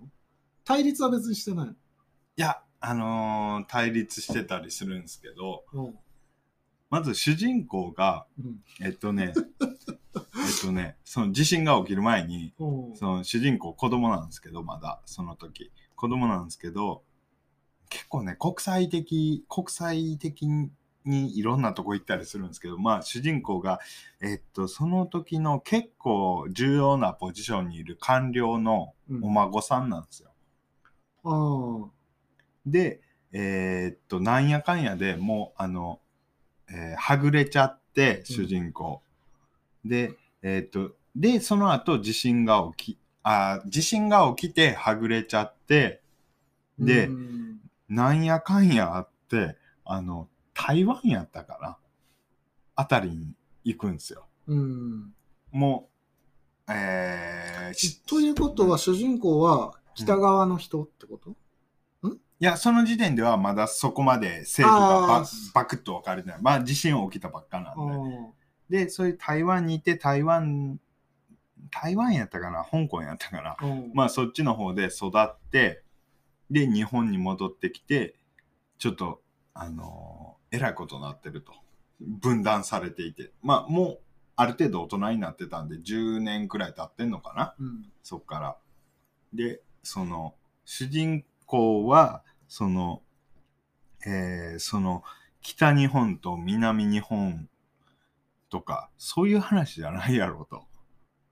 Speaker 1: 対立は別にしてない
Speaker 2: いやあのー対立してたりするんですけど
Speaker 1: の。うん。
Speaker 2: まず主人公が
Speaker 1: うん
Speaker 2: えっ とねえっとねその地震が起きる前に
Speaker 1: うん。
Speaker 2: その主人公子供なんですけどまだその時子供なんですけど結構ね国際的国際的にいろんなとこ行ったりするんですけどまあ主人公がえっとその時の結構重要なポジションにいる官僚の
Speaker 1: うん
Speaker 2: お孫さんなんですよ。
Speaker 1: ああ。
Speaker 2: でえっとなんやかんやでもうあの、えーはぐれちゃって主人公、でえっとでその後地震が起きあー地震が起きてはぐれちゃってで
Speaker 1: うん
Speaker 2: なんやかんやあってあの台湾やったかなあたりに行くんですよ
Speaker 1: うん。
Speaker 2: もうえー、し
Speaker 1: ということは、主人公は北側の人ってこと
Speaker 2: いやその時点ではまだそこまで政府が
Speaker 1: あ
Speaker 2: バ
Speaker 1: ー
Speaker 2: バクッと分かれてないまあ地震起きたばっかなん
Speaker 1: あ
Speaker 2: で、
Speaker 1: あ。
Speaker 2: で、そういう台湾にいて、台湾、台湾やったかな、香港やったかな。
Speaker 1: うん
Speaker 2: まあそっちの方で育って、で、日本に戻ってきて、ちょっと、あのーえらいことになってると。分断されていて。まあもう、ある程度大人になってたんで、10年くらい経ってんのかな。
Speaker 1: うん。
Speaker 2: そっから。で、その、主人公は、その、えーその、北日本と南日本とか、そういう話じゃないやろうと。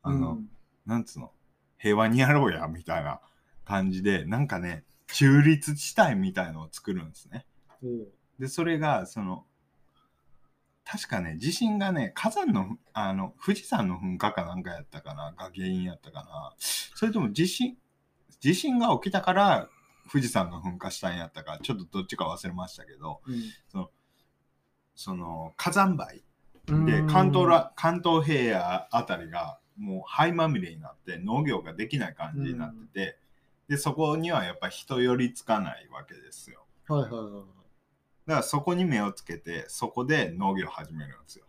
Speaker 2: あの、
Speaker 1: うん
Speaker 2: なんつうの、平和にやろうや、みたいな感じで、なんかね、中立地帯みたいのを作るんですね。
Speaker 1: おう
Speaker 2: で、それが、その、確かね、地震がね、火山の、あの、富士山の噴火かなんかやったかな、が原因やったかな。それとも地震、地震が起きたから、富士山が噴火したんやったか、ちょっとどっちか忘れましたけど、その、火山灰
Speaker 1: うん
Speaker 2: で、関東ら、関東平野あたりが、もう灰まみれになって、農業ができない感じになってて、で、そこにはやっぱ人寄りつかないわけですよ。
Speaker 1: はいはいはいはい。
Speaker 2: だからそこに目をつけて、そこで農業始めるんですよ。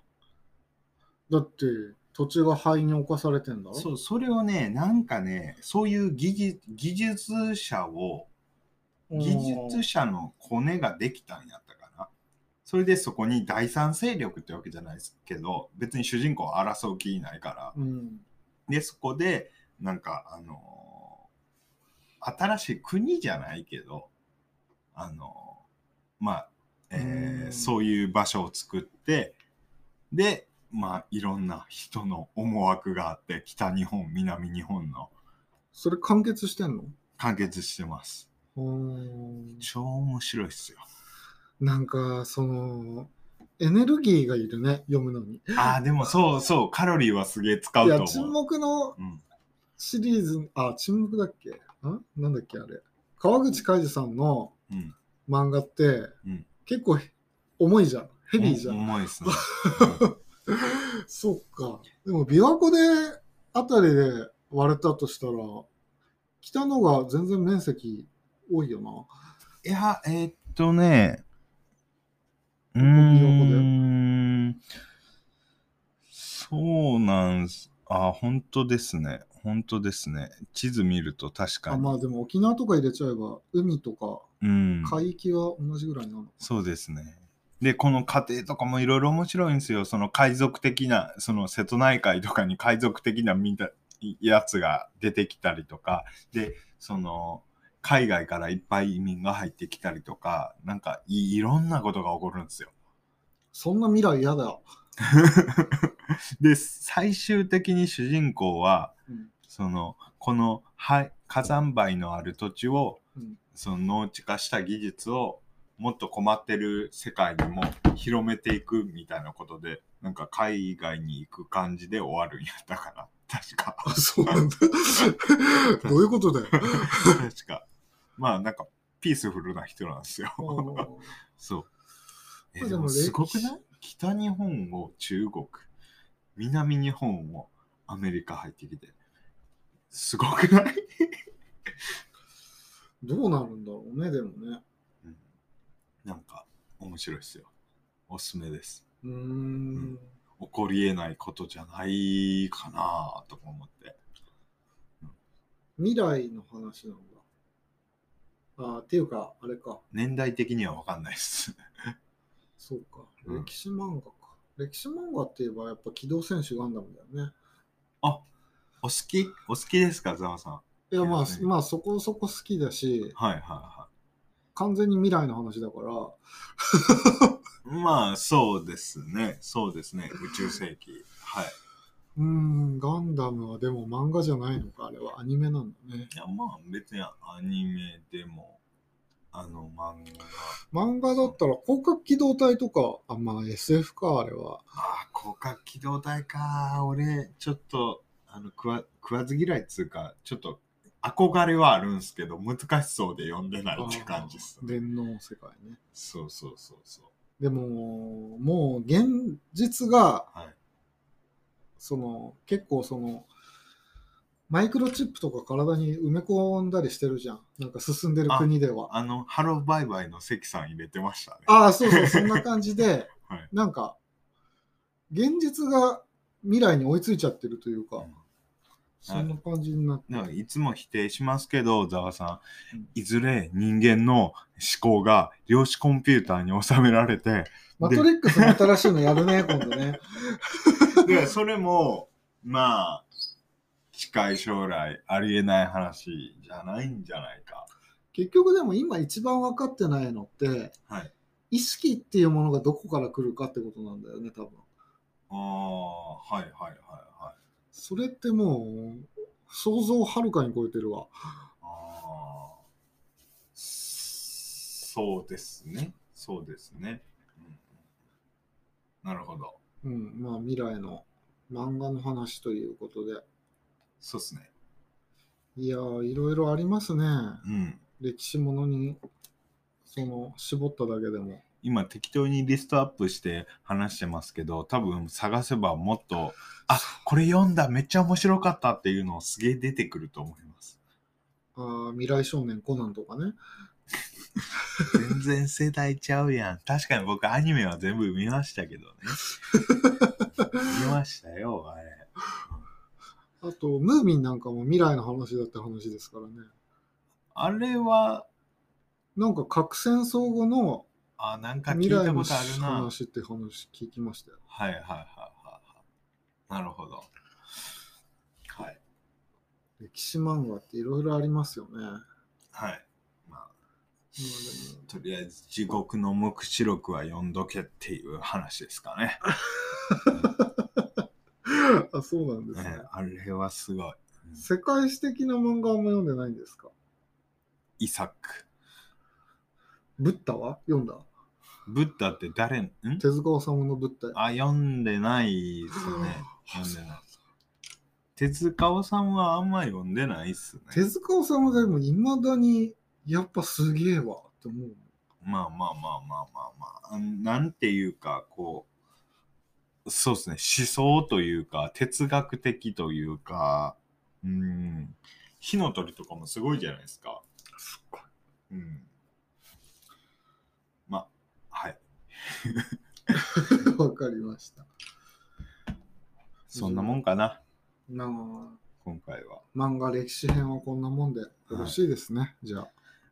Speaker 1: だって、土地が灰に侵されてんだろ
Speaker 2: そう、それをね、なんかね、そういう技術技術者を、技術者のコネができたんやったかな。それでそこに第三勢力ってわけじゃないですけど、別に主人公を争う気ないから。
Speaker 1: うん。
Speaker 2: で、そこで、なんか、あのー新しい国じゃないけど、あのーまあ、えー
Speaker 1: うん
Speaker 2: そういう場所を作って、で、まあ、いろんな人の思惑があって、北日本、南日本の
Speaker 1: それ完結してんの
Speaker 2: 完結してます。
Speaker 1: うん
Speaker 2: 超面白いっすよ。
Speaker 1: なんか、その、エネルギーがいるね、読むのに。
Speaker 2: ああ、でもそうそう、カロリーはすげえ使
Speaker 1: いうや、
Speaker 2: と
Speaker 1: 沈
Speaker 2: 思う。
Speaker 1: 黙の
Speaker 2: うん、
Speaker 1: シリーズ、あ、沈黙だっけんなんだっけ、あれ。川口海二さんの
Speaker 2: うん、
Speaker 1: 漫画って、
Speaker 2: うん
Speaker 1: 結構へ重いじゃん。ヘビーじゃん。
Speaker 2: お重いですね。
Speaker 1: そっか。でも、琵琶湖であたりで割れたとしたら、北のが全然面積多いよな。
Speaker 2: いや、えーっとね、うー
Speaker 1: 琵
Speaker 2: ん、そうなんす。あー、本当ですね。本当ですね。地図見ると確か
Speaker 1: あま
Speaker 2: に。
Speaker 1: あでも沖縄とか入れちゃえば、海とか
Speaker 2: うん、
Speaker 1: 海域は同じぐらいなの。
Speaker 2: そうですね。で、この過程とかもいろいろ面白いんですよ。その海賊的な、その瀬戸内海とかに海賊的なみんなやつが出てきたりとか、で、その、海外からいっぱい移民が入ってきたりとか、なんかいいろんなことが起こるんですよ。
Speaker 1: そんな未来嫌だ。
Speaker 2: で、最終的に主人公は、
Speaker 1: うん
Speaker 2: その、この灰火山灰のある土地を、
Speaker 1: うん
Speaker 2: その農地化した技術をもっと困ってる世界にも広めていくみたいなことで、なんか海外に行く感じで終わるんやったかなっ 確か。
Speaker 1: あ、 そうなんだ。 どういうことだ よ。
Speaker 2: 確か。まあなんか、ピースフルな人なんですよ。そう。
Speaker 1: ま
Speaker 2: え、
Speaker 1: あ
Speaker 2: で
Speaker 1: でも
Speaker 2: も
Speaker 1: 歴史
Speaker 2: すごくない北日本を中国、南日本をアメリカ入ってきて。すごくない、
Speaker 1: どうなるんだろうね、でもね。
Speaker 2: うん、なんか、面白いですよ。おすすめです。
Speaker 1: うーん。
Speaker 2: 起こり得ないことじゃないかなとか思って。
Speaker 1: 未来の話なんだ。あーっていうか、あれか。
Speaker 2: 年代的には分かんないです。
Speaker 1: そうか。
Speaker 2: うん
Speaker 1: 歴史漫画か。歴史漫画って言えば、やっぱ機動戦士ガンダムだよね。
Speaker 2: お好きお好きですか、ざわさん。
Speaker 1: いや、まあ
Speaker 2: そう、ね
Speaker 1: まあ、そこそこ好きだし、
Speaker 2: はいはいは
Speaker 1: 完全に未来の話だから、
Speaker 2: い。まあ、そうですね。そうですね。宇宙世紀。はい。
Speaker 1: うーん、ガンダムはでも漫画じゃないのか、あれはアニメなんだね。
Speaker 2: いや、まあ、別にアニメでも、あの漫画。
Speaker 1: 漫画だったら、広角機動隊とか、あ、まあ SF か、あれは。
Speaker 2: ああ、広角機動隊か。俺、ちょっと、あの、食わ食わず嫌いっつうか、ちょっと、憧れはあるんすけど、難しそうで読んでないって感じっす
Speaker 1: あー
Speaker 2: ね。
Speaker 1: 電脳世界ね。
Speaker 2: そうそうそうそう。
Speaker 1: でも、もう現実が、
Speaker 2: はい。
Speaker 1: その、結構その、マイクロチップとか体に埋め込んだりしてるじゃん。なんか進んでる国では。
Speaker 2: あの、ハローバイバイの関さん入れてましたね。
Speaker 1: ああ、そうそう、そんな感じで、
Speaker 2: はい
Speaker 1: なんか、現実が未来に追いついちゃってるというか、
Speaker 2: うん
Speaker 1: そんな感じになって、
Speaker 2: なんかいつも否定しますけど、ざわさ
Speaker 1: うんん、
Speaker 2: いずれ人間の思考が量子コンピューターに収められ て、
Speaker 1: マトリックスの新しいのや るね、今度ね。
Speaker 2: で、それも、まあ、近い将来ありえない話じゃないんじゃないか。
Speaker 1: 結局でも今一番分かってないのって、
Speaker 2: はい。
Speaker 1: 意識っていうものがどこから来るかってことなんだよね、多分。
Speaker 2: ああ、はいはいはいはい。
Speaker 1: それってもう、想像をはるかに超えてるわ。
Speaker 2: ああ、そうですね。そうですね。うん、なるほど。
Speaker 1: うん、まあ未来の漫画の話ということで。
Speaker 2: そうですね。
Speaker 1: いやー、いろいろありますね。
Speaker 2: うん。
Speaker 1: 歴史ものに、その、絞っただけでも。
Speaker 2: 今適当にリストアップして話してますけど多分探せばもっとあこれ読んだめっちゃ面白かったっていうのすげえ出てくると思います
Speaker 1: あー未来少年コナンとかね。
Speaker 2: 全然世代ちゃうやん確かに僕アニメは全部見ましたけどね見ましたよあれ
Speaker 1: あと、ムーミンなんかも未来の話だって話ですからね。
Speaker 2: あれは
Speaker 1: なんか核戦争後の
Speaker 2: あなんか聞
Speaker 1: 未
Speaker 2: い
Speaker 1: 来
Speaker 2: た
Speaker 1: の
Speaker 2: ことあるなはい
Speaker 1: 話って話聞きましたよ。
Speaker 2: はいはいはいはいなるほどはい
Speaker 1: 歴史漫画っていろいろありますよね。まあ
Speaker 2: はいまあ
Speaker 1: でも
Speaker 2: とりあえず地獄の黙示録は読んどけっていう話ですかね。
Speaker 1: あそうなんですね
Speaker 2: ね。あれはすごい。
Speaker 1: 世界史的な漫画も読んでないんですか
Speaker 2: イサック。
Speaker 1: ブッダは読んだ
Speaker 2: ブッダって誰ん
Speaker 1: 手塚治虫のブッダ。
Speaker 2: あ、読んでないっすね。読んでない。手塚治虫はあんま読んでないっす
Speaker 1: 手
Speaker 2: ね。
Speaker 1: 塚治虫でもいまだにやっぱすげえわって思う。
Speaker 2: まあまあまあまあまあまあ。うんなんていうか、こう、そうですね。思想というか、哲学的というか、うん。火の鳥とかもすごいじゃないですか。
Speaker 1: すっごい。
Speaker 2: うん。まあ、はい。
Speaker 1: わかりました。
Speaker 2: そんなもんかな、
Speaker 1: なあ
Speaker 2: 今回は。
Speaker 1: 漫画歴史編はこんなもんでよろしいですね、じゃあ。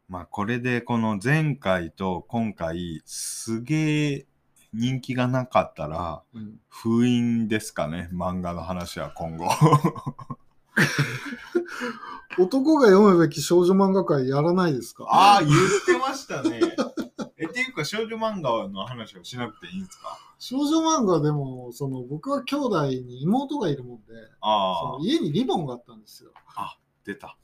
Speaker 2: まあ、これで、この前回と今回、すげえ人気がなかったら、
Speaker 1: うん、
Speaker 2: 封印ですかね、漫画の話は今後。
Speaker 1: 男が読むべき少女漫画界やらないですか
Speaker 2: ああ、言ってました ね。え、っていうか、少女漫画の話をしなくていいんですか
Speaker 1: 少女漫画でもその僕は兄弟に妹がいるもんでそ
Speaker 2: あ
Speaker 1: の
Speaker 2: あ、
Speaker 1: 家にリボンがあったんですよ。
Speaker 2: 出た。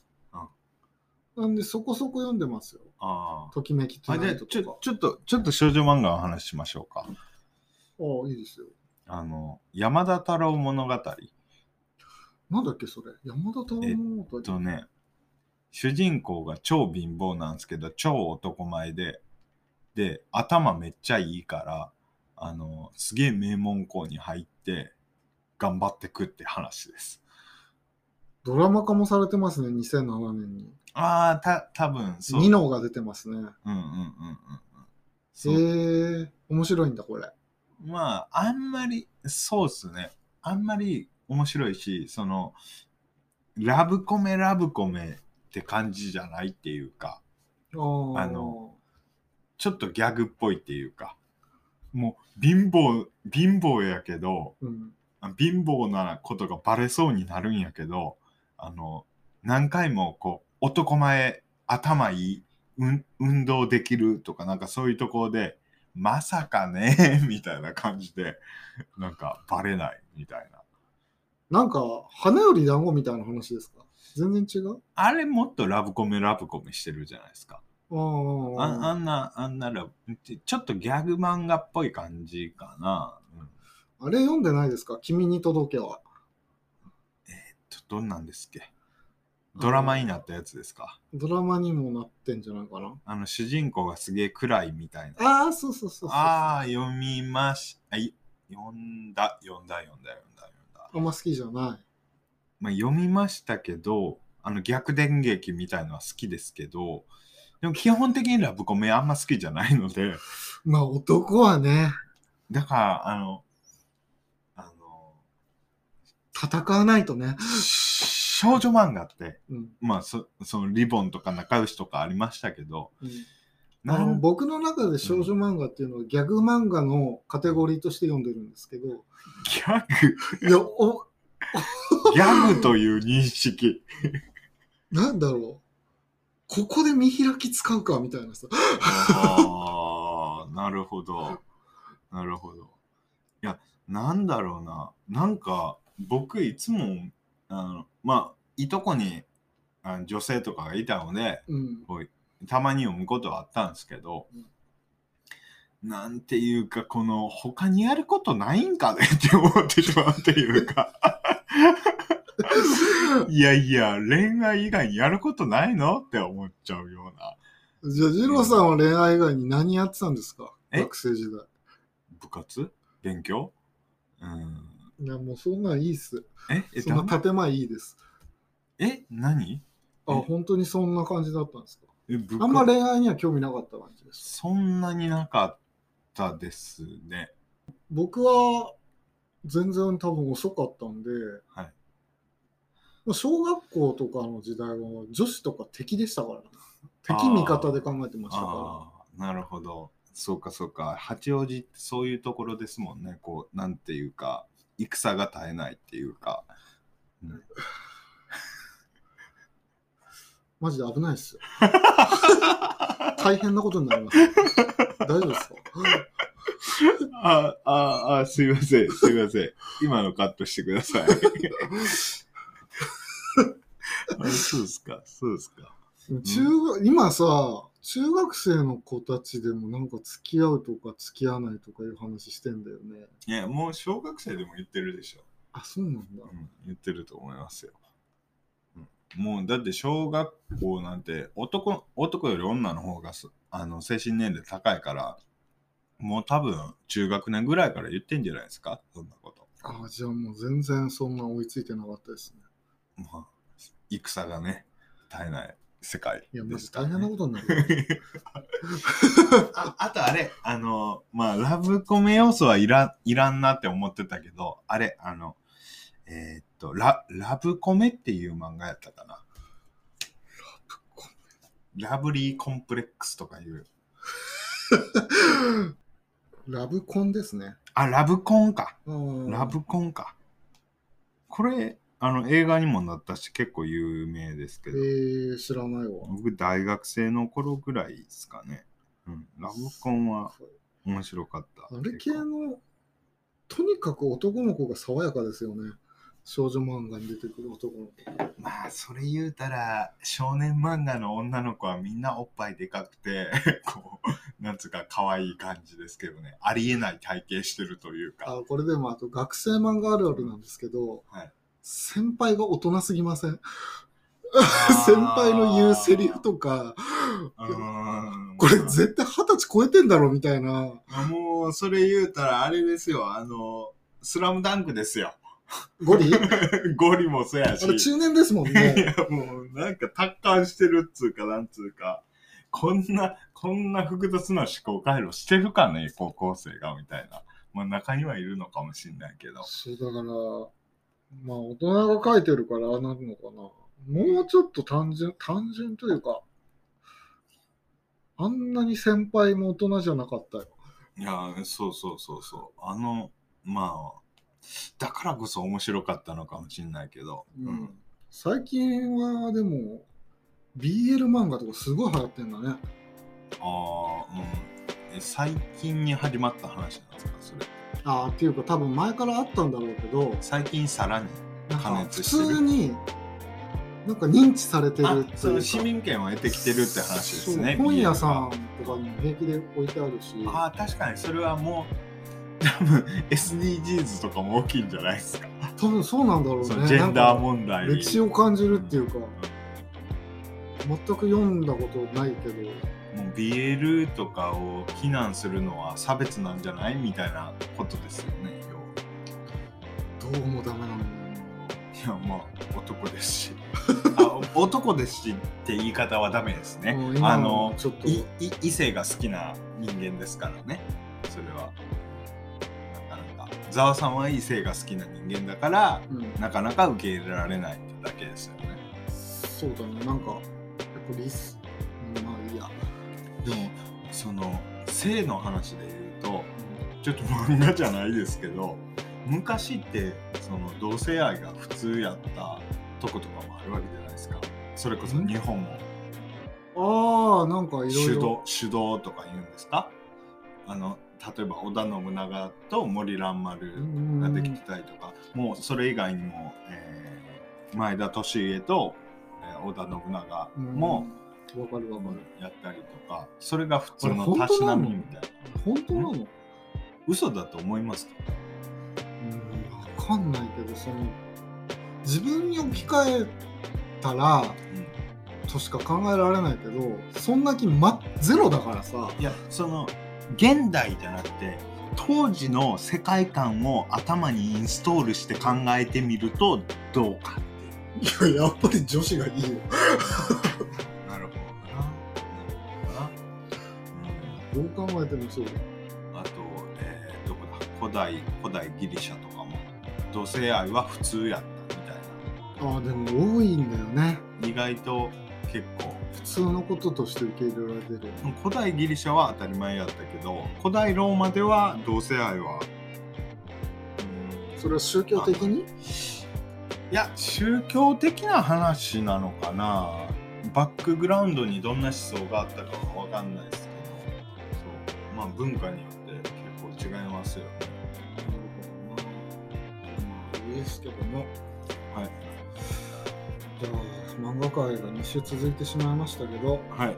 Speaker 1: なんでそこそこ読んでますよ。
Speaker 2: あ
Speaker 1: ときめき
Speaker 2: あ。
Speaker 1: ト
Speaker 2: あじ
Speaker 1: ナ
Speaker 2: ゃあ
Speaker 1: イト
Speaker 2: ち
Speaker 1: とか
Speaker 2: ょ、。ちょっと、ちょっと少女漫画の話しましょうか。
Speaker 1: ああいいですよ。
Speaker 2: あの、山田太郎物語。
Speaker 1: なんだっけそれ山田太郎物語
Speaker 2: えっとね主人公が超貧乏なんですけど超男前でで頭めっちゃいいからあのすげえ名門校に入って頑張ってくって話です
Speaker 1: ドラマ化もされてますね2007年に
Speaker 2: ああた多分そう
Speaker 1: ニノが出てますね
Speaker 2: うんうんうんうんうん
Speaker 1: へえ
Speaker 2: そう
Speaker 1: 面白いんだこれ
Speaker 2: まああんまりそうっすねあんまり面白いしそのラブコメラブコメって感じじゃないっていうか
Speaker 1: あー
Speaker 2: あのちょっとギャグっぽいっていうかもう貧乏貧乏やけど
Speaker 1: うん
Speaker 2: あ貧乏なことがバレそうになるんやけどあの何回もこう男前頭いい、うん、運動できるとかなんかそういうところでまさかね みたいな感じでなんかバレないみたいな
Speaker 1: なんか花より団子みたいな話ですか全然違う
Speaker 2: あれもっとラブコメラブコメしてるじゃないですか
Speaker 1: あ
Speaker 2: あ
Speaker 1: ー
Speaker 2: あんなあんなラブちちょっとギャグ漫画っぽい感じかな、うん、
Speaker 1: あれ読んでないですか君に届けは
Speaker 2: ちょどんなんですっけドラマになったやつですか
Speaker 1: ドラマにもなってんじゃないかな
Speaker 2: あの主人公がすげえ暗いみたいな
Speaker 1: ああそうそうそうそう
Speaker 2: ああ、読みまし、あ、い読んだ、読んだ、読んだ、読んだ、読んだ。
Speaker 1: あんま好きじゃない
Speaker 2: まあ、読みましたけど、あの逆転劇みたいのは好きですけど、でも基本的にラブコメあんま好きじゃないので、
Speaker 1: まあ男はね
Speaker 2: だから、あの、あの、
Speaker 1: 戦わないとね、
Speaker 2: 少女漫画って、
Speaker 1: うん
Speaker 2: まあ、そそのリボンとか仲良しとかありましたけど、
Speaker 1: うん
Speaker 2: な
Speaker 1: あの
Speaker 2: ん
Speaker 1: 僕の中で少女漫画っていうのはギャグ漫画のカテゴリーとして読んでるんですけど、
Speaker 2: ギャグ、
Speaker 1: いや、お、
Speaker 2: ギャグという認識。
Speaker 1: なんだろう。ここで見開き使うかみたいなさ。
Speaker 2: ああ、なるほど。なるほど。いや、なんだろうな。なんか、僕いつも、あの、まあ、いとこにあの女性とかがいたので、
Speaker 1: うん。
Speaker 2: たまに読むことはあったんですけど、なんていうか、この、他にやることないんかね って思ってしまうっていうか。いやいや、恋愛以外にやることないのって思っちゃうような
Speaker 1: じゃあ、ジローさんは恋愛以外に何やってたんですか
Speaker 2: え
Speaker 1: 学生時代。
Speaker 2: 部活勉強うん。
Speaker 1: いや、もうそんなんいいっす。
Speaker 2: ええ
Speaker 1: そん
Speaker 2: だ
Speaker 1: な建前いいです。
Speaker 2: え何
Speaker 1: あ、
Speaker 2: え
Speaker 1: 本当にそんな感じだったんですか
Speaker 2: え部活
Speaker 1: あんま恋愛には興味なかった感じです。
Speaker 2: そんなになかったですね。
Speaker 1: 僕は全然多分遅かったんで、
Speaker 2: はい
Speaker 1: まあ小学校とかの時代は女子とか敵でしたからね敵味方で考えてましたか
Speaker 2: ああ、なるほど。そうかそうか。八王子ってそういうところですもんね。こう、なんていうか、戦が絶えないっていうか。
Speaker 1: らマジで危ないっ すよ大変なことになります大丈夫ですか
Speaker 2: ああ、ああ、すいません、すいませ ん。今のカットしてくだ さい。あそうですか、そうですか。
Speaker 1: 中学今さ中学生の子たちでもなんか付き合うとか付き合わないとかいう話してんだよね
Speaker 2: いや、もう小学生でも言ってるでしょ。
Speaker 1: あそうなんだ
Speaker 2: うん言ってると思いますよ。うんもうだって小学校なんて男男より女の方がすあの精神年齢高いからもう多分中学年ぐらいから言ってんじゃないですかそんなこと。
Speaker 1: あじゃあもう全然そんな追いついてなかったですね
Speaker 2: まあ、戦がね絶えない世界
Speaker 1: いやマジ
Speaker 2: か
Speaker 1: 大
Speaker 2: らね
Speaker 1: 変なことになるよ
Speaker 2: ああとあれ、あの、まあ、ラブコメ要素はいらいらんなって思ってたけど、あれ、あの、えーっと、ラ、ラブコメっていう漫画やったかな。ラブ
Speaker 1: コ
Speaker 2: メラブリーコンプレックスとかいう。
Speaker 1: ラブコンですね
Speaker 2: あ、ラブコンか。
Speaker 1: ラ
Speaker 2: ラブコンか。これ、あの、映画にもなったし、結構有名です
Speaker 1: え
Speaker 2: けど、
Speaker 1: ー、知らないわ。
Speaker 2: 僕、大学生の頃ぐらいですかね。うん、ラブコンは面白かった。
Speaker 1: あれ系
Speaker 2: 結構
Speaker 1: の、とにかく男の子が爽やかですよね。少女漫画に出てくる男の子。
Speaker 2: まあそれ言うたら少年漫画の女の子はみんなおっぱいでかくて こうなんつうか可愛い感じですけどねありえない体型してるというか
Speaker 1: あこれでもあと学生漫画あるあるなんですけど、
Speaker 2: はい
Speaker 1: 先輩が大人すぎません 先輩の言うセリフとか、
Speaker 2: うん
Speaker 1: これ絶対二十歳超えてんだろみたいな。
Speaker 2: もうそれ言うたらあれですよあの「スラムダンクですよ
Speaker 1: ゴリ
Speaker 2: ゴリもそうやし
Speaker 1: あれ中年ですもん ね。
Speaker 2: いやもうなんか達観してるっつうかなんつうかこんなこんな複雑な思考回路してるかね高校生がみたいな、まあ、中にはいるのかもしれないけど
Speaker 1: そうだから、まあ大人が書いてるからああなるのかな。もうちょっと単純、単純というか、あんなに先輩も大人じゃなかったよ。
Speaker 2: いやーそうそうそうそうあのまあだからこそ面白かったのかもしれないけど、うん
Speaker 1: 最近はでも、BL 漫画とかすごい流行ってんだね。
Speaker 2: ああうんえ最近に始まった話なんですかそれ
Speaker 1: ああ、っていうか多分前からあったんだろうけど、
Speaker 2: 最近さらに
Speaker 1: なん
Speaker 2: 加
Speaker 1: か
Speaker 2: 熱
Speaker 1: 普
Speaker 2: してる
Speaker 1: 通に、なんか認知されてるっていうか。
Speaker 2: その市民権を得てきてるって話ですね
Speaker 1: そう本屋
Speaker 2: BL
Speaker 1: さ
Speaker 2: は
Speaker 1: んとかにも平気で置いてあるし。
Speaker 2: ああ確かにそれはもう多分 SDGs とかも大きいんじゃないですか、
Speaker 1: 多分そうなんだろうね
Speaker 2: そのジェン
Speaker 1: な
Speaker 2: ダー
Speaker 1: んか
Speaker 2: 問題
Speaker 1: 歴史を感じるっていうか、全く読んだことないけど
Speaker 2: もう BL とかを非難するのは差別なんじゃないみたいなことですよね要は
Speaker 1: どうもダメなんだよ
Speaker 2: いやまあ男で すしあ男ですしって言い方はダメです
Speaker 1: な
Speaker 2: ね
Speaker 1: うん今
Speaker 2: あの
Speaker 1: ちょっと
Speaker 2: いい異性が好きな人間ですからねそれはなかなかざわさんは異性が好きな人間だから
Speaker 1: うん、
Speaker 2: なかなか受け入れられないってだけですよね
Speaker 1: そうだねなんかやっぱリスうんまあいいや、
Speaker 2: でもその性の話で言うとちょっと漫画じゃないですけど昔ってその同性愛が普通やったとことかもあるわけじゃないですかそれこそ日本も
Speaker 1: ああなんかいろ
Speaker 2: 主
Speaker 1: いろ
Speaker 2: 導主導とか言うんですかあの例えば織田信長と森蘭丸ができてたりとか、もうそれ以外にも、えー前田利家と、えー織田信長も、
Speaker 1: うんわかるわかる
Speaker 2: やったりとか、それが普通の
Speaker 1: これ本
Speaker 2: たし
Speaker 1: 当
Speaker 2: な
Speaker 1: なの
Speaker 2: みみたいな。
Speaker 1: 本当なの、うん、
Speaker 2: 嘘だと思いますか
Speaker 1: わかんないけどその自分に置き換えたらとしか考えられないけどそんな気、ま、ゼロだからさ
Speaker 2: いやその現代じゃなくて当時の世界観を頭にインストールして考えてみるとどうか
Speaker 1: いややっぱり女子がいいよ
Speaker 2: なるほどななる
Speaker 1: ど
Speaker 2: ほ
Speaker 1: う考えてもそうだ
Speaker 2: どな、うん、あと、えーどこだ古代古代ギリシャとかも同性愛は普通やったみたい
Speaker 1: ああでも多いんだよね
Speaker 2: な意外と結構
Speaker 1: 普通のこととして受け入れられてる
Speaker 2: 古代ギリシャは当たり前やったけど古代ローマでは同性愛は、うん
Speaker 1: それは宗教的に
Speaker 2: いや宗教的な話なのかなバックグラウンドにどんな思想があったかは分かんないですけどそうまあ文化によって結構違いますよね
Speaker 1: なるほどなまあいいですけども
Speaker 2: はい
Speaker 1: じゃあ漫画界が2週続いてしまいましたけど、
Speaker 2: はい
Speaker 1: うん、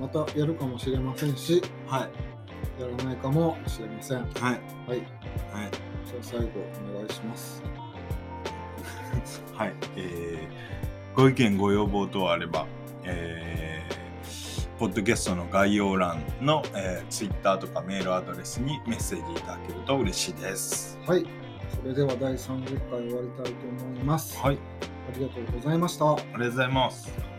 Speaker 1: またやるかもしれませんし
Speaker 2: はい
Speaker 1: やらないかもしれませんはい
Speaker 2: はい
Speaker 1: じ
Speaker 2: はい
Speaker 1: ゃあ最後お願いします
Speaker 2: はい、えーご意見ご要望等あれば、えーポッドキャストの概要欄の、えー、ツイッターとかメールアドレスにメッセージいただけると嬉しいです。
Speaker 1: はいそれでは第30回終わりたいと思います、
Speaker 2: はい、
Speaker 1: ありがとうございました
Speaker 2: ありがとうございます。
Speaker 1: はい